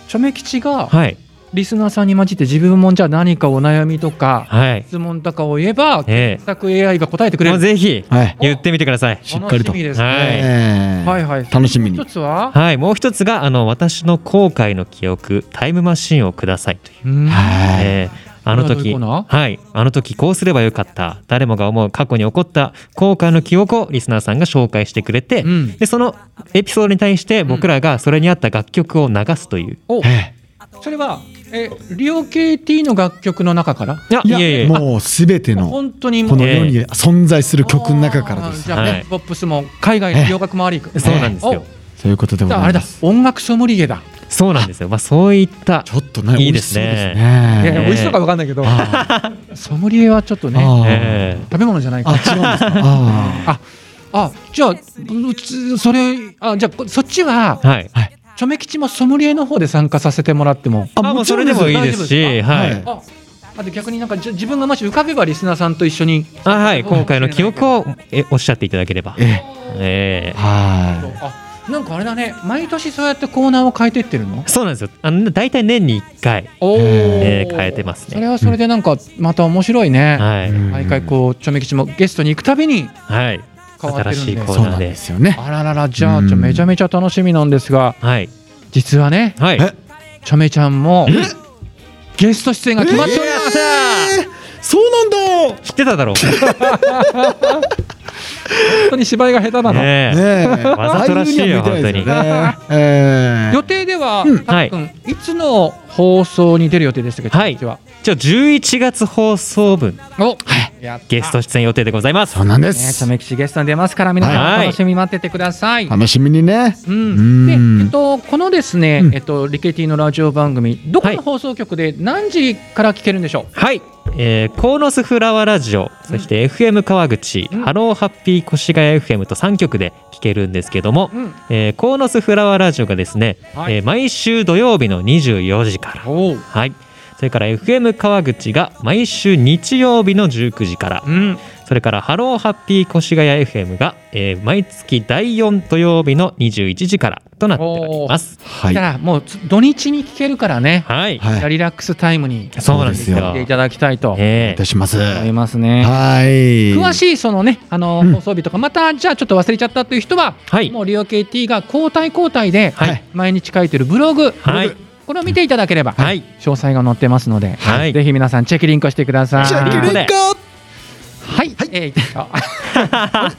[SPEAKER 4] チョメ吉が
[SPEAKER 5] はい
[SPEAKER 4] リスナーさんに混じって自分もじゃあ何かお悩みとか
[SPEAKER 5] はい。
[SPEAKER 4] 質問とかを言えば
[SPEAKER 5] え
[SPEAKER 4] 検索 AI が答えてく
[SPEAKER 5] え
[SPEAKER 4] れ
[SPEAKER 5] もう
[SPEAKER 4] る。
[SPEAKER 5] ぜひ
[SPEAKER 3] はい。
[SPEAKER 5] 言ってみてください。
[SPEAKER 3] しっかりと
[SPEAKER 4] 楽しみですね。
[SPEAKER 5] はい
[SPEAKER 3] ええ
[SPEAKER 4] はいはい。
[SPEAKER 3] 楽しみに
[SPEAKER 4] 一。つは、
[SPEAKER 5] はいもう一つがあの私の後悔の記憶タイムマシンをくださいという。
[SPEAKER 4] うん
[SPEAKER 3] はい。
[SPEAKER 5] えーあの時
[SPEAKER 4] これはどういうコーナ
[SPEAKER 5] はいあの時こうすればよかった誰もが思う過去に起こった後悔の記憶をリスナーさんが紹介してくれて、
[SPEAKER 4] うん
[SPEAKER 5] でそのエピソードに対して僕らがそれに合った楽曲を流すという、
[SPEAKER 4] お
[SPEAKER 3] ええ
[SPEAKER 4] それはえリオ KT の楽曲の中から
[SPEAKER 5] いや
[SPEAKER 3] い
[SPEAKER 5] いえい
[SPEAKER 3] や、
[SPEAKER 5] え
[SPEAKER 3] もうすべての、
[SPEAKER 4] 本当に
[SPEAKER 3] この
[SPEAKER 4] もう
[SPEAKER 3] 世に存在する曲の中からで
[SPEAKER 4] あー
[SPEAKER 3] す
[SPEAKER 4] じ。ゃあ、
[SPEAKER 5] はい
[SPEAKER 4] ねポップスも海外の洋楽回り行く、
[SPEAKER 5] そうなんですよ
[SPEAKER 3] そういうことで
[SPEAKER 4] おじ
[SPEAKER 3] ご
[SPEAKER 4] ゃ
[SPEAKER 3] ざ
[SPEAKER 4] ああ
[SPEAKER 3] い
[SPEAKER 4] れだ
[SPEAKER 3] ます。
[SPEAKER 4] 音楽ソムリエだ、
[SPEAKER 5] そうなんですよまあそういった
[SPEAKER 3] ちょっとね、
[SPEAKER 5] いいですね
[SPEAKER 3] 美味しそうです
[SPEAKER 6] いやい
[SPEAKER 3] ね
[SPEAKER 6] や美味しそうか分かんないけど
[SPEAKER 3] あ
[SPEAKER 4] ソムリエはちょっと
[SPEAKER 3] ー
[SPEAKER 4] ね
[SPEAKER 3] あー
[SPEAKER 5] ええ
[SPEAKER 4] 食べ物じゃない
[SPEAKER 3] あ、違
[SPEAKER 4] か
[SPEAKER 3] うんですか。あ
[SPEAKER 4] あじゃあうつそれあじゃあこそっちは
[SPEAKER 5] はい
[SPEAKER 4] チョメ吉もソムリエの方で参加させてもらっても
[SPEAKER 3] ー
[SPEAKER 5] あもうそれでもいいですし、
[SPEAKER 4] 大
[SPEAKER 5] はい、
[SPEAKER 3] はい
[SPEAKER 4] ああと逆になんかじゃ自分がもし浮かべばリスナーさんと一緒に
[SPEAKER 5] あ はい、今回の記憶をえおっしゃっていただければ、
[SPEAKER 3] ええ
[SPEAKER 5] ええ
[SPEAKER 3] は
[SPEAKER 4] あなんかあれだね毎年そうやってコーナーを変えていってるの
[SPEAKER 5] そうなんですよあの大体年に1回
[SPEAKER 4] おー
[SPEAKER 5] えー変えてますね
[SPEAKER 4] それはそれでなんかまた面白いね、
[SPEAKER 5] はい、
[SPEAKER 4] 毎回こうちょめ吉もゲストに行くたびに
[SPEAKER 5] はい、
[SPEAKER 4] 変わってる
[SPEAKER 5] 新
[SPEAKER 4] ん
[SPEAKER 5] しい
[SPEAKER 4] で
[SPEAKER 5] コー
[SPEAKER 3] そう
[SPEAKER 5] ナ
[SPEAKER 3] な
[SPEAKER 5] ー
[SPEAKER 3] ん
[SPEAKER 5] で
[SPEAKER 3] ですすよね。
[SPEAKER 4] あらららじゃあ
[SPEAKER 3] うん
[SPEAKER 4] ちょめちゃめちゃ楽しみなんですが
[SPEAKER 5] はい
[SPEAKER 4] 実はね
[SPEAKER 5] はい
[SPEAKER 3] え
[SPEAKER 4] ちょめちゃんもゲスト出演が決まっております、
[SPEAKER 3] えーそうなんだ。
[SPEAKER 5] 知ってただろう
[SPEAKER 6] 本当に芝居が下手なの、
[SPEAKER 5] ねえ
[SPEAKER 3] ねえ、
[SPEAKER 5] わざとらしいよ
[SPEAKER 3] 俳優には向いてないですよね。え
[SPEAKER 4] 予定では、
[SPEAKER 3] うん
[SPEAKER 4] たっくんいつの放送に出る予定でしたっけ
[SPEAKER 5] はい
[SPEAKER 4] ちょめ
[SPEAKER 5] じゃあ11月放送分
[SPEAKER 4] 吉はお、やった
[SPEAKER 5] ゲスト出演予定でございます
[SPEAKER 3] ーそうなんで
[SPEAKER 4] ね、ちょ
[SPEAKER 3] す。
[SPEAKER 4] め吉ゲストに出ますから皆さん
[SPEAKER 5] はい
[SPEAKER 4] お楽しみに待っててください、
[SPEAKER 3] 楽しみにね。
[SPEAKER 4] うん、
[SPEAKER 3] うん
[SPEAKER 4] で、えっと、このですね、
[SPEAKER 3] うん
[SPEAKER 4] えっと、リケティのラジオ番組どこ
[SPEAKER 5] はい
[SPEAKER 4] の放送局で何時から聞けるんでしょう、
[SPEAKER 5] はい、えー、コーノスフラワーラジオそして FM 川口、
[SPEAKER 4] うん
[SPEAKER 5] ハローハッピー越谷 FM と3曲で聴けるんですけども、
[SPEAKER 4] うん
[SPEAKER 5] えーコーノスフラワーラジオがですね、
[SPEAKER 4] はい
[SPEAKER 5] えー毎週土曜日の24時から
[SPEAKER 4] おう
[SPEAKER 5] はいそれから FM 川口が毎週日曜日の19時から
[SPEAKER 4] うん、
[SPEAKER 5] それからハローハッピー越谷 FM が、えー毎月第4土曜日の21時からとなっております
[SPEAKER 3] はい。
[SPEAKER 4] だ
[SPEAKER 3] は
[SPEAKER 4] からもう土日に聞けるからね、
[SPEAKER 5] はい、
[SPEAKER 4] じゃあ
[SPEAKER 3] い。
[SPEAKER 4] リラックスタイムに
[SPEAKER 5] そうなんですよ
[SPEAKER 4] 聞いていただきたいと
[SPEAKER 3] い
[SPEAKER 5] え
[SPEAKER 3] たします。
[SPEAKER 4] 思い
[SPEAKER 3] は
[SPEAKER 4] ますね。
[SPEAKER 3] い。
[SPEAKER 4] 詳しいそのねあの
[SPEAKER 3] うん
[SPEAKER 4] 放送日とかまたじゃあちょっと忘れちゃったという人は、
[SPEAKER 5] はい
[SPEAKER 4] もうリオ KT が交代交代で
[SPEAKER 5] はい
[SPEAKER 4] 毎日書いてるブログ、
[SPEAKER 5] はい
[SPEAKER 4] これを見ていただければ、
[SPEAKER 5] はい
[SPEAKER 4] 詳細が載ってますので、
[SPEAKER 5] はい
[SPEAKER 4] ぜひ皆さんチェックリンクをしてください。
[SPEAKER 3] チェッ
[SPEAKER 5] リン
[SPEAKER 3] ク
[SPEAKER 5] ク
[SPEAKER 3] レ
[SPEAKER 5] で
[SPEAKER 3] イカー
[SPEAKER 4] はい、えーあ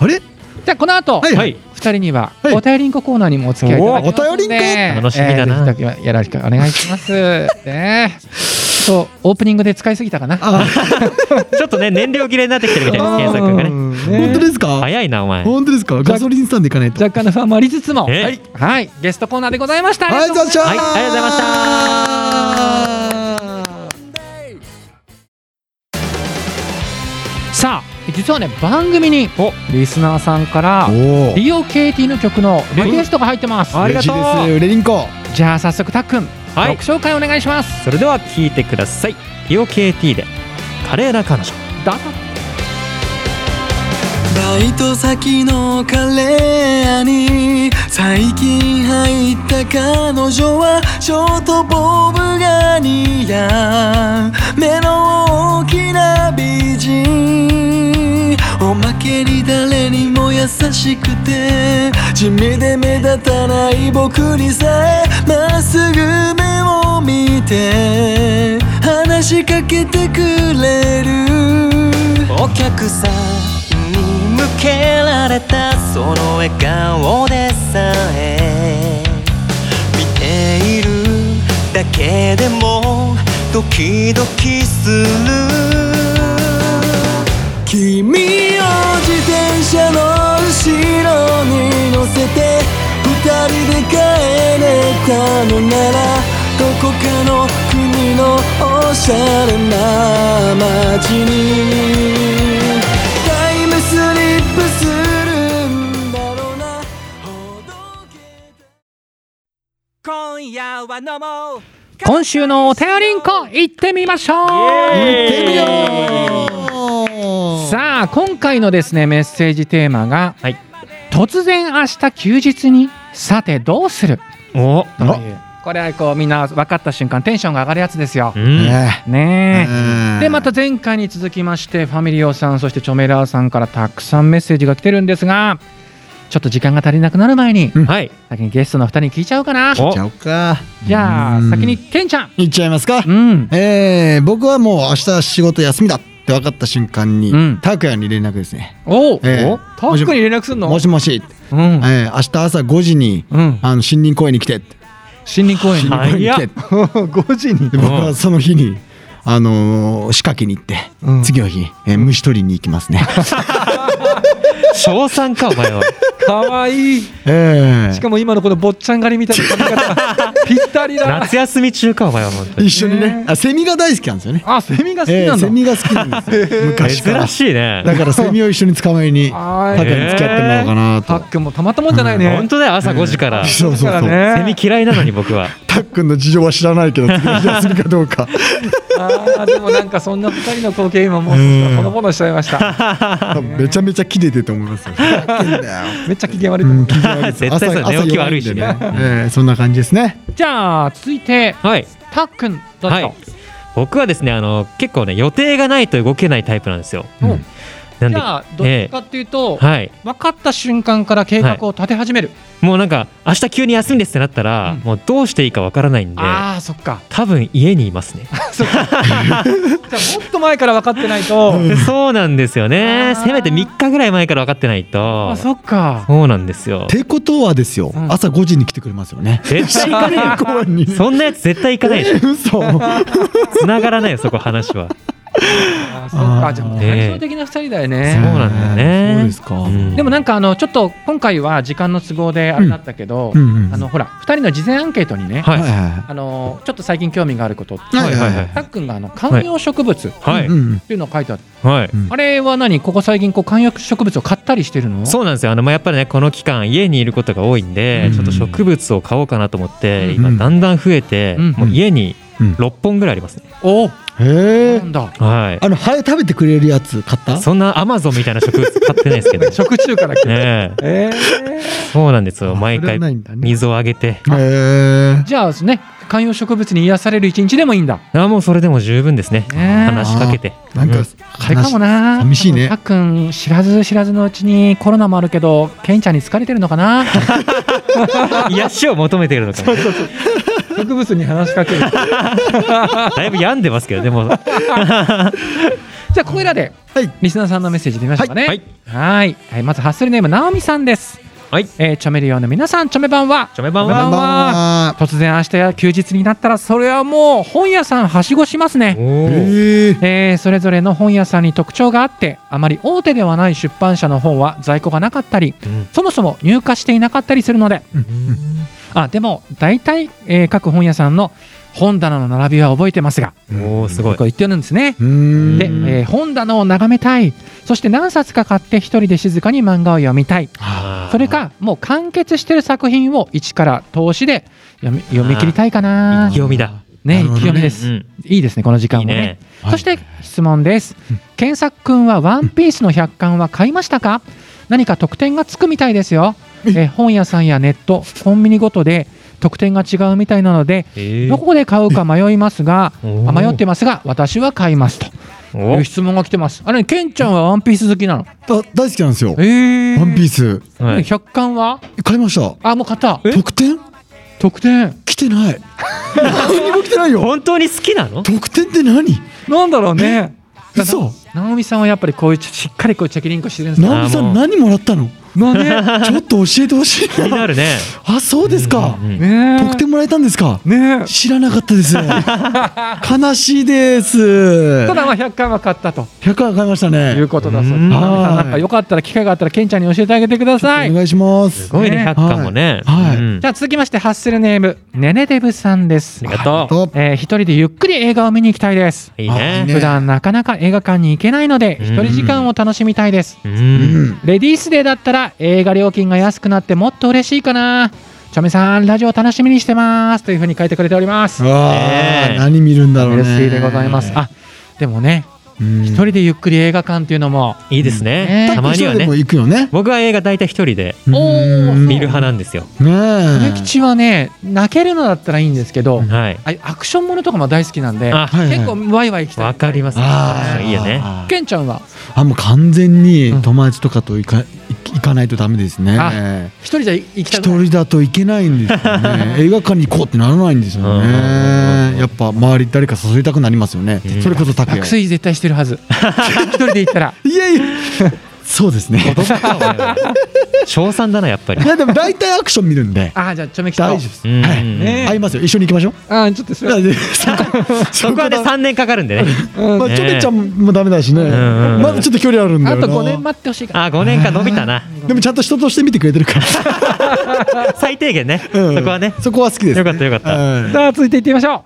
[SPEAKER 3] あれ
[SPEAKER 4] じゃあこの後、
[SPEAKER 3] は
[SPEAKER 5] ー
[SPEAKER 3] い
[SPEAKER 5] は
[SPEAKER 3] はいい、
[SPEAKER 4] 二人には
[SPEAKER 3] はい
[SPEAKER 4] お便りんこコーナーにもお付き合いいただきますので
[SPEAKER 3] おーお便りんこ
[SPEAKER 4] えー
[SPEAKER 5] 楽しみだな
[SPEAKER 4] ぜひともよろしくお願いします ねそうオープニングで使いすぎたかな
[SPEAKER 3] あ、
[SPEAKER 5] ちょっとね燃料切れになってきてるみたいです検索がね
[SPEAKER 3] 本当ですか。
[SPEAKER 5] 早いなお前
[SPEAKER 3] 本当ですか。ガソリンスタンド行かないと。
[SPEAKER 4] 若干の不安もありつつも
[SPEAKER 5] えー
[SPEAKER 4] はい、はい、ゲストコーナーでございました
[SPEAKER 3] はい、じゃあ、じゃあ。
[SPEAKER 5] はいありがとうございま
[SPEAKER 3] した。
[SPEAKER 4] さあ実はね番組にリスナーさんから
[SPEAKER 3] おお。
[SPEAKER 4] リオ KT の曲のリクエストが入ってます、
[SPEAKER 5] ありがとう
[SPEAKER 3] 嬉しいですね。ウレリンコ。
[SPEAKER 4] じゃあ早速たっくん、
[SPEAKER 5] はい
[SPEAKER 4] 曲紹介お願いします
[SPEAKER 5] それでは聞いてくださいリオ KT で華麗な彼女
[SPEAKER 4] どうぞ
[SPEAKER 7] バイト先のカレー屋に最近入った彼女はショートボブガニア目の大きな美人おまけに誰にも優しくて地味で目立たない僕にさえまっすぐ目を見て話しかけてくれるお客さんに向けられたその笑顔でさえ見ているだけでもドキドキする君を自転車の後ろに乗せて二人で帰れたのならどこかの国のおしゃれな街にタイムスリップするんだろうなほどけた
[SPEAKER 2] 今夜は飲もう
[SPEAKER 4] 今週のお便りんこ行ってみましょうさあ今回のですねメッセージテーマが、
[SPEAKER 5] はい
[SPEAKER 4] 突然明日休日にさてどうする
[SPEAKER 5] お
[SPEAKER 4] というこれはこうみんな分かった瞬間テンションが上がるやつですよ
[SPEAKER 5] う。ん
[SPEAKER 3] ね
[SPEAKER 4] ねえ
[SPEAKER 3] え
[SPEAKER 4] でまた前回に続きましてファミリオさんそしてチョメラーさんからたくさんメッセージが来てるんですがちょっと時間が足りなくなる前に
[SPEAKER 5] はい
[SPEAKER 4] 先にゲストの2人に聞いちゃおうかな
[SPEAKER 5] お
[SPEAKER 3] ちゃおうか。
[SPEAKER 4] じゃあ
[SPEAKER 3] うん
[SPEAKER 4] 先に。ケンちゃん
[SPEAKER 3] いっちゃいますか。
[SPEAKER 4] うん
[SPEAKER 3] えー、僕はもう明日仕事休みだって分かった瞬間に、
[SPEAKER 4] うん
[SPEAKER 3] 拓也に連絡ですね。
[SPEAKER 4] おお
[SPEAKER 3] ええ
[SPEAKER 4] おタックに連絡すんの
[SPEAKER 3] もしもし、
[SPEAKER 4] うん
[SPEAKER 3] えー、明日朝5時に、
[SPEAKER 4] うん
[SPEAKER 3] あの森林公園に来てって。
[SPEAKER 4] 森林公園に
[SPEAKER 5] はい
[SPEAKER 3] 来てって5時にで僕はその日に、あのー仕掛けに行って、
[SPEAKER 4] うん
[SPEAKER 3] 次の日、えー虫取りに行きますね。
[SPEAKER 5] 賞賛かお前 は
[SPEAKER 6] かわいい
[SPEAKER 3] えー
[SPEAKER 6] しかも今のこの坊っちゃん狩りみたいな髪型ぴったりだ
[SPEAKER 5] 夏休み中かお前は本当に
[SPEAKER 3] 一緒にね、あセミが大好きなんですよね。
[SPEAKER 6] あセミが好き
[SPEAKER 3] え
[SPEAKER 6] な
[SPEAKER 3] ーセ
[SPEAKER 6] の、
[SPEAKER 3] ミが好きなんですよ昔から
[SPEAKER 5] 珍しいね
[SPEAKER 3] だからセミを一緒に捕まえに
[SPEAKER 6] は
[SPEAKER 3] タ
[SPEAKER 6] い
[SPEAKER 3] カに付き合ってもらおうかな
[SPEAKER 6] タ
[SPEAKER 3] と
[SPEAKER 6] ックもたまったもんじゃないね、
[SPEAKER 5] 本当だよ朝5時から
[SPEAKER 3] そうそうそう
[SPEAKER 6] だからね
[SPEAKER 5] セミ嫌いなのに僕は
[SPEAKER 3] たっくんの事情は知らないけど、次の日休みかどうか。
[SPEAKER 6] あーでもなんかそんな二人の光景今もうほのぼのしちゃいました
[SPEAKER 3] めちゃめちゃ切れてると思いますよ。
[SPEAKER 6] めっちゃ機嫌悪いと思う
[SPEAKER 5] 絶対そう寝起き悪いしね
[SPEAKER 3] 朝朝弱いんでねええそんな感じですね。
[SPEAKER 4] じゃあ続いて
[SPEAKER 5] はい
[SPEAKER 4] たっくんどう
[SPEAKER 5] は
[SPEAKER 4] ぞ
[SPEAKER 5] い僕はですねあの結構ね予定がないと動けないタイプなんですよ、
[SPEAKER 4] うん
[SPEAKER 5] なん
[SPEAKER 4] じ
[SPEAKER 5] で
[SPEAKER 4] ゃあどっちかっていうと、
[SPEAKER 5] はい
[SPEAKER 4] 分かった瞬間から計画を立て始める、
[SPEAKER 5] もうなんか明日急に休みですってなったら、
[SPEAKER 4] うん
[SPEAKER 5] もうどうしていいかわからないんで
[SPEAKER 4] ああそっか
[SPEAKER 5] 多分家にいますね
[SPEAKER 6] じゃあもっと前から分かってないと
[SPEAKER 5] そうなんですよね
[SPEAKER 4] あー
[SPEAKER 5] せめて3日ぐらい前から分かってないと
[SPEAKER 4] あそっか
[SPEAKER 5] そうなんですよ
[SPEAKER 3] ってことはですよ、
[SPEAKER 4] ん
[SPEAKER 3] 朝5時に来てくれますよね。
[SPEAKER 5] 絶対行かねえよ
[SPEAKER 3] 公園に。
[SPEAKER 5] そんなやつ絶対行か ないでしょ
[SPEAKER 3] 嘘。
[SPEAKER 5] 繋がらないよそこ話は
[SPEAKER 6] あーそっかじゃあもう対照的な二人だよ
[SPEAKER 5] そう
[SPEAKER 6] ね
[SPEAKER 5] なんだね
[SPEAKER 3] そうですか。
[SPEAKER 5] うん
[SPEAKER 4] でもなんかあのちょっと今回は時間の都合であれだったけど、
[SPEAKER 3] うんうんうん
[SPEAKER 4] あのほら2人の事前アンケートにね、
[SPEAKER 5] はい
[SPEAKER 3] はいは
[SPEAKER 4] あのちょっと最近興味があることって
[SPEAKER 3] い
[SPEAKER 5] はい
[SPEAKER 3] は
[SPEAKER 5] はいい
[SPEAKER 4] たっくんがあの観葉植物っ
[SPEAKER 5] はい、
[SPEAKER 3] うん
[SPEAKER 4] ていうのを書いてあって、
[SPEAKER 5] はい
[SPEAKER 4] あれは何ここ最近こう観葉植物を買ったりしてるの
[SPEAKER 5] そうなんですよあの、まあ、やっぱりねこの期間家にいることが多いんで、
[SPEAKER 3] うん
[SPEAKER 5] ちょっと植物を買おうかなと思って、
[SPEAKER 4] うん
[SPEAKER 5] 今だんだん増えて、
[SPEAKER 4] うん
[SPEAKER 5] もう家に
[SPEAKER 3] うん
[SPEAKER 5] 6本ぐらいありますね、
[SPEAKER 4] お
[SPEAKER 3] うん。へ
[SPEAKER 4] な
[SPEAKER 3] え。
[SPEAKER 4] んだ
[SPEAKER 5] はい
[SPEAKER 3] あの、ハエ食べてくれるやつ買った
[SPEAKER 5] そんなアマゾンみたいな植物買ってないですけ どね
[SPEAKER 6] 食中から来て
[SPEAKER 5] え
[SPEAKER 6] え
[SPEAKER 5] そうなんですよ毎
[SPEAKER 3] それ
[SPEAKER 5] 回
[SPEAKER 3] はないんだね。
[SPEAKER 5] 水をあげて
[SPEAKER 3] へえ。
[SPEAKER 4] じゃあね観葉植物に癒される一日でもいいんだ
[SPEAKER 5] あもうそれでも十分ですね
[SPEAKER 4] ねえ
[SPEAKER 5] 話しかけて
[SPEAKER 3] なん
[SPEAKER 5] う
[SPEAKER 3] か、
[SPEAKER 4] あれかも
[SPEAKER 3] 話
[SPEAKER 4] な
[SPEAKER 3] 寂しいね
[SPEAKER 4] たっくん知らず知らずのうちにコロナもあるけどケンちゃんに疲れてるのかな
[SPEAKER 5] 癒しを求めているのかもね
[SPEAKER 6] ー植物に話しかける
[SPEAKER 5] だいぶ病んでますけどでも
[SPEAKER 4] じゃあここらで
[SPEAKER 3] はい
[SPEAKER 4] リスナーさんのメッセージ見ましょうかね
[SPEAKER 5] はい
[SPEAKER 4] はいはいまずハッスルネームなおみさんです
[SPEAKER 5] はい
[SPEAKER 4] えーチョメリオの皆さんチョメ版は
[SPEAKER 5] ちょめばん
[SPEAKER 4] こんばん
[SPEAKER 5] は
[SPEAKER 3] は。
[SPEAKER 4] 突然明日や休日になったらそれはもう本屋さんはしごしますね
[SPEAKER 5] おー
[SPEAKER 3] ええ。
[SPEAKER 4] えーそれぞれの本屋さんに特徴があってあまり大手ではない出版社の本は在庫がなかったり、
[SPEAKER 5] うん
[SPEAKER 4] そもそも入荷していなかったりするので、あでも大体、えー各本屋さんの本棚の並びは覚えてますが
[SPEAKER 5] おーすごい
[SPEAKER 4] こう言ってるんですね。
[SPEAKER 3] うーん。
[SPEAKER 4] で、えー本棚を眺めたいそして何冊か買って一人で静かに漫画を読みたい
[SPEAKER 5] あー
[SPEAKER 4] それかもう完結してる作品を一から投資で読み読み切りたいか
[SPEAKER 5] 意
[SPEAKER 4] な
[SPEAKER 5] 気。込みだ
[SPEAKER 4] ね、
[SPEAKER 3] な
[SPEAKER 4] 意
[SPEAKER 3] る
[SPEAKER 4] 気
[SPEAKER 3] ほ
[SPEAKER 4] 読
[SPEAKER 3] どね
[SPEAKER 4] みで
[SPEAKER 5] う
[SPEAKER 4] す。
[SPEAKER 5] ん
[SPEAKER 4] いいですねこの時間
[SPEAKER 5] いい
[SPEAKER 4] もね
[SPEAKER 5] ね
[SPEAKER 4] そして質問です。検索くんはワンピースの百巻は買いましたか？何か特典がつくみたいですよ。え本屋さんやネット、コンビニごとで特典が違うみたいなので、
[SPEAKER 5] え
[SPEAKER 4] どこで買うか迷いますが、
[SPEAKER 5] おー
[SPEAKER 4] あ迷ってますが、私は買いますと
[SPEAKER 5] お
[SPEAKER 4] いう質問が来てます。あれケンちゃんはワンピース好きなの？
[SPEAKER 3] あ大好きなんですよ。
[SPEAKER 4] ええ
[SPEAKER 3] ワンピース。
[SPEAKER 5] はい
[SPEAKER 4] 百巻は？
[SPEAKER 3] 買いました。
[SPEAKER 4] あもう買った。
[SPEAKER 3] 特典
[SPEAKER 4] 特典。
[SPEAKER 3] 来てない。何にも来てないよ。
[SPEAKER 5] 本当に好きなの
[SPEAKER 3] 特典って何
[SPEAKER 6] なんだろうね
[SPEAKER 3] 嘘。
[SPEAKER 4] 直美さんはやっぱりこういうしっかりこうチェキリンコしてるんですね。
[SPEAKER 3] ナオミさ
[SPEAKER 5] あーも
[SPEAKER 3] ん
[SPEAKER 5] う
[SPEAKER 3] 何もらったの
[SPEAKER 6] まあね
[SPEAKER 3] ちょっと教えてほしい
[SPEAKER 5] 気になるね
[SPEAKER 3] あそうですか、
[SPEAKER 5] うんうん
[SPEAKER 6] ね
[SPEAKER 3] 得点もらえたんですか
[SPEAKER 6] ね
[SPEAKER 3] 知らなかったです悲しいです
[SPEAKER 4] ただまあ百巻は買ったと
[SPEAKER 3] 100円買いました
[SPEAKER 4] い
[SPEAKER 3] ね
[SPEAKER 4] うことだそうです。
[SPEAKER 5] うん
[SPEAKER 4] なんか
[SPEAKER 3] は
[SPEAKER 4] よかったら機会があったらケンちゃんに教えてあげてくださ
[SPEAKER 3] い
[SPEAKER 4] い
[SPEAKER 3] お。願いします
[SPEAKER 5] すごいね、百巻もね。
[SPEAKER 3] はい
[SPEAKER 5] うん
[SPEAKER 4] じゃあ続きましてハッスルネームねねデブさんです
[SPEAKER 5] あ。りがと
[SPEAKER 3] と
[SPEAKER 4] えー、一人でゆっくり映画を見に行きたいです。
[SPEAKER 5] う。いい
[SPEAKER 3] あいい
[SPEAKER 5] ね。
[SPEAKER 3] ね
[SPEAKER 4] 普段なかなか映画館に行けないので
[SPEAKER 5] うん
[SPEAKER 4] 一人時間を楽しみたいです。
[SPEAKER 5] う。
[SPEAKER 3] うんん
[SPEAKER 4] レディースデーだったら映画料金が安くなってもっと嬉しいかな。チョメさんラジオ楽しみにしてますというふうに書いてくれております。
[SPEAKER 3] あ
[SPEAKER 5] ね
[SPEAKER 3] ー
[SPEAKER 5] え
[SPEAKER 3] 何見るんだろうね
[SPEAKER 4] 嬉しいでございます。あでもね
[SPEAKER 3] うん
[SPEAKER 4] 一人でゆっくり映画館っていうのも
[SPEAKER 5] いいですね
[SPEAKER 4] ね。
[SPEAKER 5] たまには
[SPEAKER 3] 一人でも
[SPEAKER 5] ね。
[SPEAKER 3] 行くよね
[SPEAKER 5] 僕は映画大体一人で
[SPEAKER 3] お
[SPEAKER 4] ー
[SPEAKER 5] 見る派なんですよ。
[SPEAKER 4] 梅
[SPEAKER 3] ねえ
[SPEAKER 4] 吉はね泣けるのだったらいいんですけど、
[SPEAKER 5] はい。
[SPEAKER 4] あアクションものとかも大好きなんで
[SPEAKER 5] あ、
[SPEAKER 3] はいはい
[SPEAKER 4] 結構ワイワイ行きた
[SPEAKER 5] わ
[SPEAKER 4] い。
[SPEAKER 5] かります。
[SPEAKER 3] あー
[SPEAKER 5] いいよね。
[SPEAKER 3] あー
[SPEAKER 4] ケンちゃんは
[SPEAKER 3] あもう完全に友達とかと行か行かないとダメです
[SPEAKER 4] あ
[SPEAKER 3] ね
[SPEAKER 4] 一人じゃ行きた
[SPEAKER 3] 一
[SPEAKER 4] くない
[SPEAKER 3] 人だといけないんですよね映画館に行こうってならないんですよ
[SPEAKER 5] うん
[SPEAKER 3] ねやっぱ周り誰か誘いたくなりますよね
[SPEAKER 5] うん
[SPEAKER 3] それこそ拓
[SPEAKER 4] 爆
[SPEAKER 3] 也
[SPEAKER 4] 睡絶対してるは ず一人で行ったら
[SPEAKER 3] いやいや そうで すね
[SPEAKER 5] どっかお前は。賞賛だな、やっぱり
[SPEAKER 3] い。やでも大体アクション見るんで
[SPEAKER 4] ああじゃあちょめきと
[SPEAKER 3] 大丈夫です
[SPEAKER 5] うん
[SPEAKER 3] は
[SPEAKER 5] うん
[SPEAKER 3] い合いますよ一緒に行きましょう
[SPEAKER 6] あーちょっとそれ
[SPEAKER 3] そ
[SPEAKER 5] そこはね、3年かかるんでね。
[SPEAKER 3] まあ
[SPEAKER 5] ね
[SPEAKER 3] ちょめちゃんもダメだしね
[SPEAKER 5] んうん
[SPEAKER 3] まだちょっと距離あるんだ
[SPEAKER 4] あ
[SPEAKER 3] よな
[SPEAKER 4] と5年待ってほしいから
[SPEAKER 5] あ、5年か伸びたな。
[SPEAKER 3] でもちゃんと人として見てくれて るから
[SPEAKER 5] 最低限ね。そ
[SPEAKER 3] うん
[SPEAKER 5] こはね。
[SPEAKER 3] そこは好きです
[SPEAKER 5] よかったよかった。
[SPEAKER 3] うん
[SPEAKER 4] さあ続いていってみましょう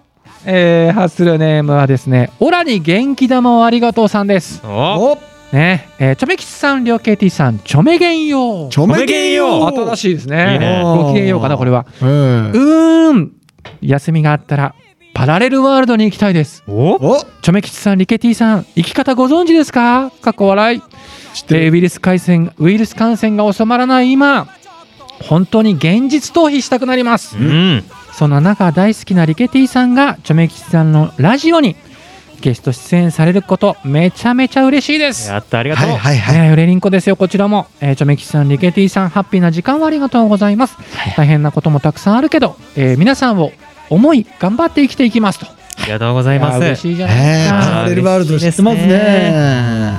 [SPEAKER 4] えー、ハッスルネームはですねオラに元気玉をありがとうさんです
[SPEAKER 5] お
[SPEAKER 3] お
[SPEAKER 4] ねえー、ちょめきちさんりょうけいてぃさんちょめげんよう
[SPEAKER 3] ちょめげんよ
[SPEAKER 5] お
[SPEAKER 4] 新しいですね
[SPEAKER 5] いいね
[SPEAKER 4] ごきげんようかなこれは
[SPEAKER 3] うん
[SPEAKER 4] うーん休みがあったらパラレルワールドに行きたいです
[SPEAKER 5] お
[SPEAKER 3] お
[SPEAKER 4] チョメ吉さんリケティさん生き方ご存知ですかかっこ笑い
[SPEAKER 3] 知って
[SPEAKER 4] で
[SPEAKER 3] る
[SPEAKER 4] ウイルス感染ウイルス感染が収まらない今本当に現実逃避したくなります、
[SPEAKER 5] うん
[SPEAKER 4] そんな中大好きなリケティさんがチョメ吉さんのラジオにゲスト出演されることめちゃめちゃ嬉しいです
[SPEAKER 5] やったありがと
[SPEAKER 3] は
[SPEAKER 5] う、
[SPEAKER 3] いはいは
[SPEAKER 4] え
[SPEAKER 3] い
[SPEAKER 4] ー、ウレリンコですよこちらも、えー、チョメキさんリケティさんハッピーな時間をありがとうございます大変なこともたくさんあるけど、えー皆さんを思い頑張って生きていきますと
[SPEAKER 5] ありがとうござい
[SPEAKER 4] あー
[SPEAKER 5] ま
[SPEAKER 4] 嬉
[SPEAKER 5] す
[SPEAKER 4] しいじゃないです
[SPEAKER 3] え
[SPEAKER 4] か
[SPEAKER 3] ー、パラレルワールド知ってます
[SPEAKER 5] 嬉しいです
[SPEAKER 3] ね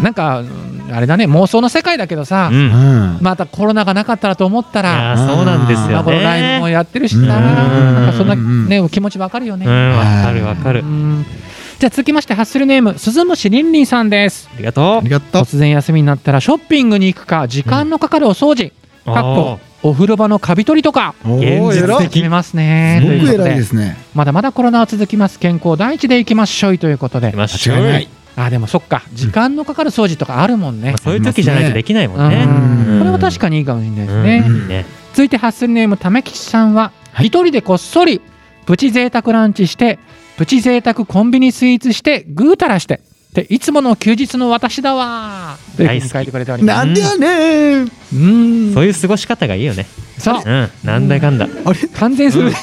[SPEAKER 4] なんかうんあれだね妄想の世界だけどさ、
[SPEAKER 5] うん、い
[SPEAKER 3] うん
[SPEAKER 4] またコロナがなかったらと思った
[SPEAKER 5] や
[SPEAKER 4] ら
[SPEAKER 5] ーそうなんです
[SPEAKER 4] 今
[SPEAKER 5] よ
[SPEAKER 4] 頃ライブも
[SPEAKER 5] ね
[SPEAKER 4] やってるしな
[SPEAKER 3] うん
[SPEAKER 4] なんかそんな、
[SPEAKER 3] うん
[SPEAKER 4] ね、お気持ちわかるよ
[SPEAKER 5] う
[SPEAKER 4] ね、
[SPEAKER 5] んわかるわかる
[SPEAKER 4] うん じゃあ続きましてハッスルネーム鈴虫りんりんさんです
[SPEAKER 5] ありがと
[SPEAKER 3] ありがとう
[SPEAKER 4] 突然休みになったらショッピングに行くか時間のかかるお掃除、
[SPEAKER 5] う
[SPEAKER 4] かっこお風呂場のカビ取りとか
[SPEAKER 3] お
[SPEAKER 5] お
[SPEAKER 3] ー
[SPEAKER 5] 現
[SPEAKER 3] 偉
[SPEAKER 5] 実
[SPEAKER 3] い
[SPEAKER 5] 的
[SPEAKER 4] 決めますね
[SPEAKER 3] す
[SPEAKER 4] と
[SPEAKER 3] ご
[SPEAKER 4] いう
[SPEAKER 3] く
[SPEAKER 4] こと
[SPEAKER 3] 偉い
[SPEAKER 4] で
[SPEAKER 3] ですね
[SPEAKER 4] まだまだコロナは続きます健康第一でいきましょうということで
[SPEAKER 5] きまし
[SPEAKER 3] 間
[SPEAKER 5] ょ
[SPEAKER 3] 違いうない
[SPEAKER 4] あでもそっか時間のかかる掃除とかあるもんね
[SPEAKER 5] まあ、そういう時じゃないとできないもんね
[SPEAKER 4] う
[SPEAKER 3] うん
[SPEAKER 4] これは確かにいいかもしれないですね、
[SPEAKER 5] うんいいね
[SPEAKER 4] 続いてハッスルネームためきちさんは一人でこっそりプチ贅沢ランチしてプチ贅沢コンビニスイーツしてぐうたらしてでいつもの休日の私だわーというふうに書いてくれております
[SPEAKER 3] なんでやねん
[SPEAKER 4] うん
[SPEAKER 5] そういう過ごし方がいいよね
[SPEAKER 4] そう
[SPEAKER 5] うんなんだかんだ
[SPEAKER 3] あれ
[SPEAKER 4] 完全スルー、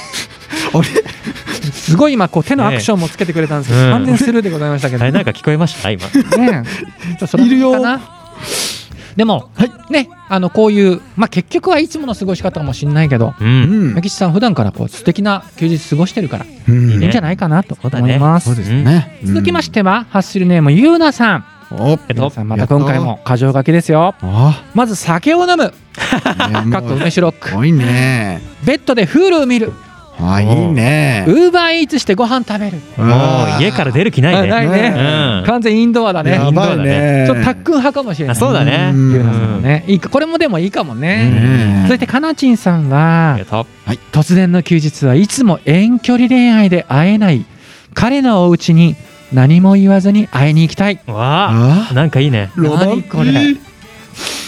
[SPEAKER 3] あれ
[SPEAKER 4] すごい今こう手のアクションもつけてくれたんですけど、
[SPEAKER 5] ねえ
[SPEAKER 4] 完全スルーでございましたけど、
[SPEAKER 5] あれなんか聞こえました今
[SPEAKER 4] ねえちょっとそれ
[SPEAKER 3] いるよ
[SPEAKER 4] かなでも、ねあのこういう、まあ、結局はいつもの過ごし方かもしれないけど
[SPEAKER 5] う
[SPEAKER 3] うんん
[SPEAKER 4] メキシさん普段からこう素敵な休日過ごしてるから、
[SPEAKER 3] う
[SPEAKER 5] いい
[SPEAKER 3] ん
[SPEAKER 4] いい
[SPEAKER 5] ね
[SPEAKER 4] んじゃないかなと
[SPEAKER 5] そうだ
[SPEAKER 4] 思
[SPEAKER 5] ね
[SPEAKER 4] います
[SPEAKER 3] そうですね
[SPEAKER 4] 続きましてはハッシュルネームゆうなさん
[SPEAKER 3] うんお
[SPEAKER 5] えっ
[SPEAKER 4] 皆
[SPEAKER 5] と
[SPEAKER 4] さんまた今回も過剰書きですよ
[SPEAKER 3] あ
[SPEAKER 4] まず酒を飲む
[SPEAKER 3] あ
[SPEAKER 4] かっこ梅酒ロック
[SPEAKER 3] すごいね
[SPEAKER 4] ベッドでフールを見る
[SPEAKER 3] あいいね
[SPEAKER 4] ウーバーイーツしてご飯食べる
[SPEAKER 5] もう家から出る気ないね
[SPEAKER 4] あない
[SPEAKER 5] うん
[SPEAKER 4] ね完全インドアだね
[SPEAKER 3] やばいね
[SPEAKER 4] ちょっとタックン派かもしれない
[SPEAKER 5] あそうだね
[SPEAKER 3] うん
[SPEAKER 4] ゆうなさんもねいいかこれもでもいいかもね、
[SPEAKER 3] ね
[SPEAKER 4] 続いてかなちんさん
[SPEAKER 5] あ
[SPEAKER 4] は
[SPEAKER 5] りがと
[SPEAKER 4] 突然の休日はいつも遠距離恋愛で会えない彼のお家に何も言わずに会いに行きたいう
[SPEAKER 5] わ
[SPEAKER 3] あ
[SPEAKER 5] あなんかいいね
[SPEAKER 3] ロマンティ
[SPEAKER 4] 何これち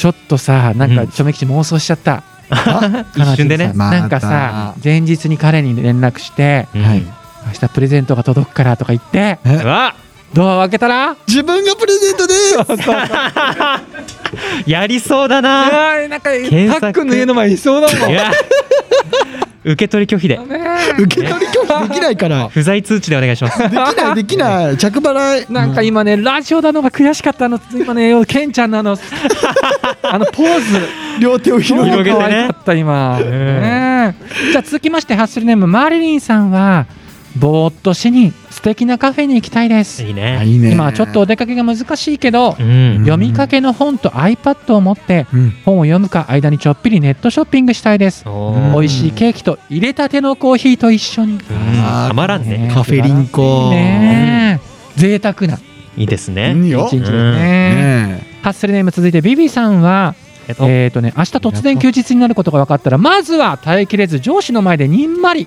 [SPEAKER 4] ょっとさなん
[SPEAKER 5] う
[SPEAKER 4] か
[SPEAKER 5] ん
[SPEAKER 4] ちょめきち妄想しちゃった、かな
[SPEAKER 5] 一
[SPEAKER 4] ちんさ
[SPEAKER 5] 瞬で
[SPEAKER 4] ん
[SPEAKER 5] ね
[SPEAKER 3] また
[SPEAKER 4] なんかさ前日に彼に連絡して
[SPEAKER 5] うん
[SPEAKER 3] はい
[SPEAKER 4] 明日プレゼントが届くからとか言って
[SPEAKER 5] うわ
[SPEAKER 4] ドアを開けたら
[SPEAKER 3] 自分がプレゼントです
[SPEAKER 5] やりそうだな
[SPEAKER 4] なんかタ
[SPEAKER 5] 検索タックンの家の
[SPEAKER 4] 前いそうだも
[SPEAKER 5] いや受け取り拒否で
[SPEAKER 3] 受け取り拒否できないから
[SPEAKER 5] 不在通知でお願いします
[SPEAKER 3] できないできない着払い
[SPEAKER 4] なんか今ね、ラジオなのが悔しかったの、今ね、ケンちゃんなの、あのポーズ、
[SPEAKER 3] 両手を広
[SPEAKER 5] 広
[SPEAKER 3] げ
[SPEAKER 5] げ
[SPEAKER 3] て
[SPEAKER 5] て
[SPEAKER 4] 可愛
[SPEAKER 5] ね
[SPEAKER 4] かった、今。
[SPEAKER 5] ん
[SPEAKER 4] ねえじゃあ、続きまして、ハッスルネーム、マーリリンさんは、ぼーっとしに、素敵なカフェに行きたいです。
[SPEAKER 5] いい
[SPEAKER 3] あ
[SPEAKER 5] ね
[SPEAKER 3] いいね
[SPEAKER 4] 今はちょっとお出かけが難しいけど
[SPEAKER 5] う、ん
[SPEAKER 4] 読みかけの本と iPad を持って、
[SPEAKER 3] うん
[SPEAKER 4] 本を読むか、間にちょっぴりネットショッピングしたいです。
[SPEAKER 5] お
[SPEAKER 4] 美
[SPEAKER 5] ー
[SPEAKER 4] 味しいケーキと入れたてのコーヒーと一緒に。
[SPEAKER 5] うん
[SPEAKER 3] あー
[SPEAKER 5] たまらんね
[SPEAKER 3] カフェリンコ
[SPEAKER 4] ねえ贅沢ない
[SPEAKER 5] いです
[SPEAKER 3] い
[SPEAKER 5] ね
[SPEAKER 3] いよ
[SPEAKER 4] 一日です
[SPEAKER 5] うん
[SPEAKER 4] ね。
[SPEAKER 3] ね
[SPEAKER 4] ハッスルネーム続いてビビさんは、
[SPEAKER 5] えっと
[SPEAKER 4] えーとね、明日突然休日になることが分かったらまずは耐えきれず上司の前でにんまり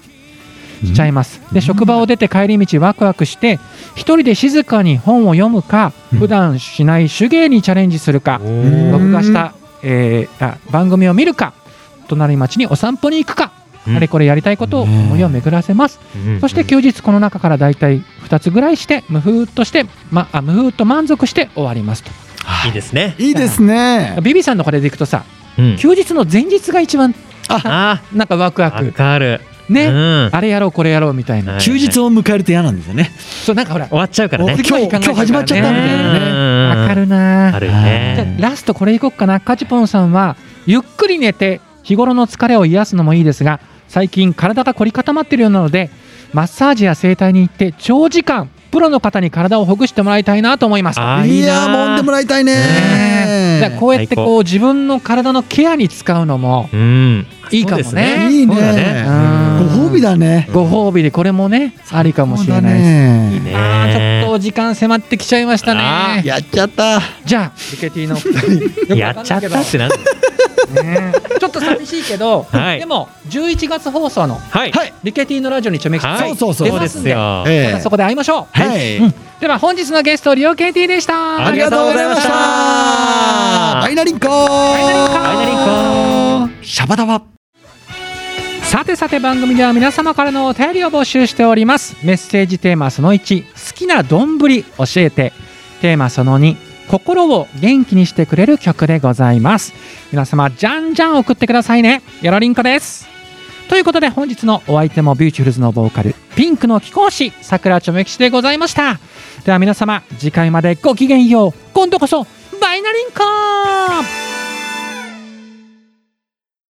[SPEAKER 4] しちゃいますで職場を出て帰り道ワクワクして一人で静かに本を読むか普段しない手芸にチャレンジするか
[SPEAKER 5] おー
[SPEAKER 4] 録画した、えーあ番組を見るか隣町にお散歩に行くか
[SPEAKER 5] うん
[SPEAKER 4] あれこれやりたいことを思いを巡らせます
[SPEAKER 5] うん
[SPEAKER 4] そして休日この中からだいたい2つぐらいして無風として、ま、あ無風と満足して終わりますと
[SPEAKER 5] いいですね
[SPEAKER 3] いいですね
[SPEAKER 4] ビビさんのこれでいくとさ
[SPEAKER 5] うん
[SPEAKER 4] 休日の前日が一番
[SPEAKER 5] あ
[SPEAKER 4] なんかワクワ
[SPEAKER 5] ーわ
[SPEAKER 4] ク
[SPEAKER 5] かる
[SPEAKER 4] ね、
[SPEAKER 5] うん
[SPEAKER 4] あれやろうこれやろうみたいな、
[SPEAKER 5] はい
[SPEAKER 3] 休日を迎えると嫌なんですよね
[SPEAKER 4] そうなんかほら
[SPEAKER 5] 終わっちゃうから
[SPEAKER 3] お
[SPEAKER 5] ね
[SPEAKER 3] 今日今日始まっちゃったみたいなね
[SPEAKER 5] ね
[SPEAKER 4] わかる
[SPEAKER 5] あ
[SPEAKER 4] な
[SPEAKER 5] る
[SPEAKER 4] じ
[SPEAKER 5] よ
[SPEAKER 4] ゃ
[SPEAKER 5] ね
[SPEAKER 4] あラストこれいこっかなカチポンさんはゆっくり寝て日頃の疲れを癒すのもいいですが最近体が凝り固まっているようなのでマッサージや整体に行って長時間プロの方に体をほぐしてもらいたいなと思います
[SPEAKER 5] あーい
[SPEAKER 3] い
[SPEAKER 5] いな
[SPEAKER 3] やー揉んでもらいたい
[SPEAKER 4] ねえだか
[SPEAKER 3] ね
[SPEAKER 4] らこうやって
[SPEAKER 5] 最
[SPEAKER 4] こう自分の体のケアに使うのも
[SPEAKER 5] うん
[SPEAKER 4] いいかもね
[SPEAKER 5] そうです
[SPEAKER 3] いい
[SPEAKER 5] そうだね
[SPEAKER 3] ね
[SPEAKER 4] うん
[SPEAKER 3] ご褒美だね
[SPEAKER 4] ご褒美でこれもねありかもしれないです
[SPEAKER 3] ね
[SPEAKER 5] いいね
[SPEAKER 4] あーちょっと時間迫ってきちゃいました
[SPEAKER 5] あー
[SPEAKER 4] ね。
[SPEAKER 3] やっちゃった
[SPEAKER 4] じゃあ、リケティのお二人
[SPEAKER 5] やっちゃったってなんだ
[SPEAKER 4] ねちょっと寂しいけど、
[SPEAKER 5] はい
[SPEAKER 4] でも11月放送の
[SPEAKER 5] はい
[SPEAKER 3] はい
[SPEAKER 4] リケティのラジオにちょめき
[SPEAKER 5] はい
[SPEAKER 3] そうそうそう
[SPEAKER 4] 出
[SPEAKER 5] そう
[SPEAKER 4] ま
[SPEAKER 5] です
[SPEAKER 4] ん
[SPEAKER 5] す
[SPEAKER 4] で、
[SPEAKER 5] よ
[SPEAKER 4] ま
[SPEAKER 3] え
[SPEAKER 4] たそこで会いましょう。
[SPEAKER 3] は
[SPEAKER 4] うん
[SPEAKER 3] い
[SPEAKER 4] では本日のゲストリオケティでした。
[SPEAKER 5] ありがとうございました
[SPEAKER 3] アイナリンコ
[SPEAKER 4] ファイナリンコ
[SPEAKER 3] シャバダバ
[SPEAKER 4] さてさて番組では皆様からのお便りを募集しておりますメッセージテーマその1好きな丼教えてテーマその2心を元気にしてくれる曲でございます皆様じゃんじゃん送ってくださいねよろりんこですということで本日のお相手もビューチフルズのボーカルピンクの貴公子さくらちょめきしでございましたでは皆様次回までごきげんよう今度こそバイナリンコ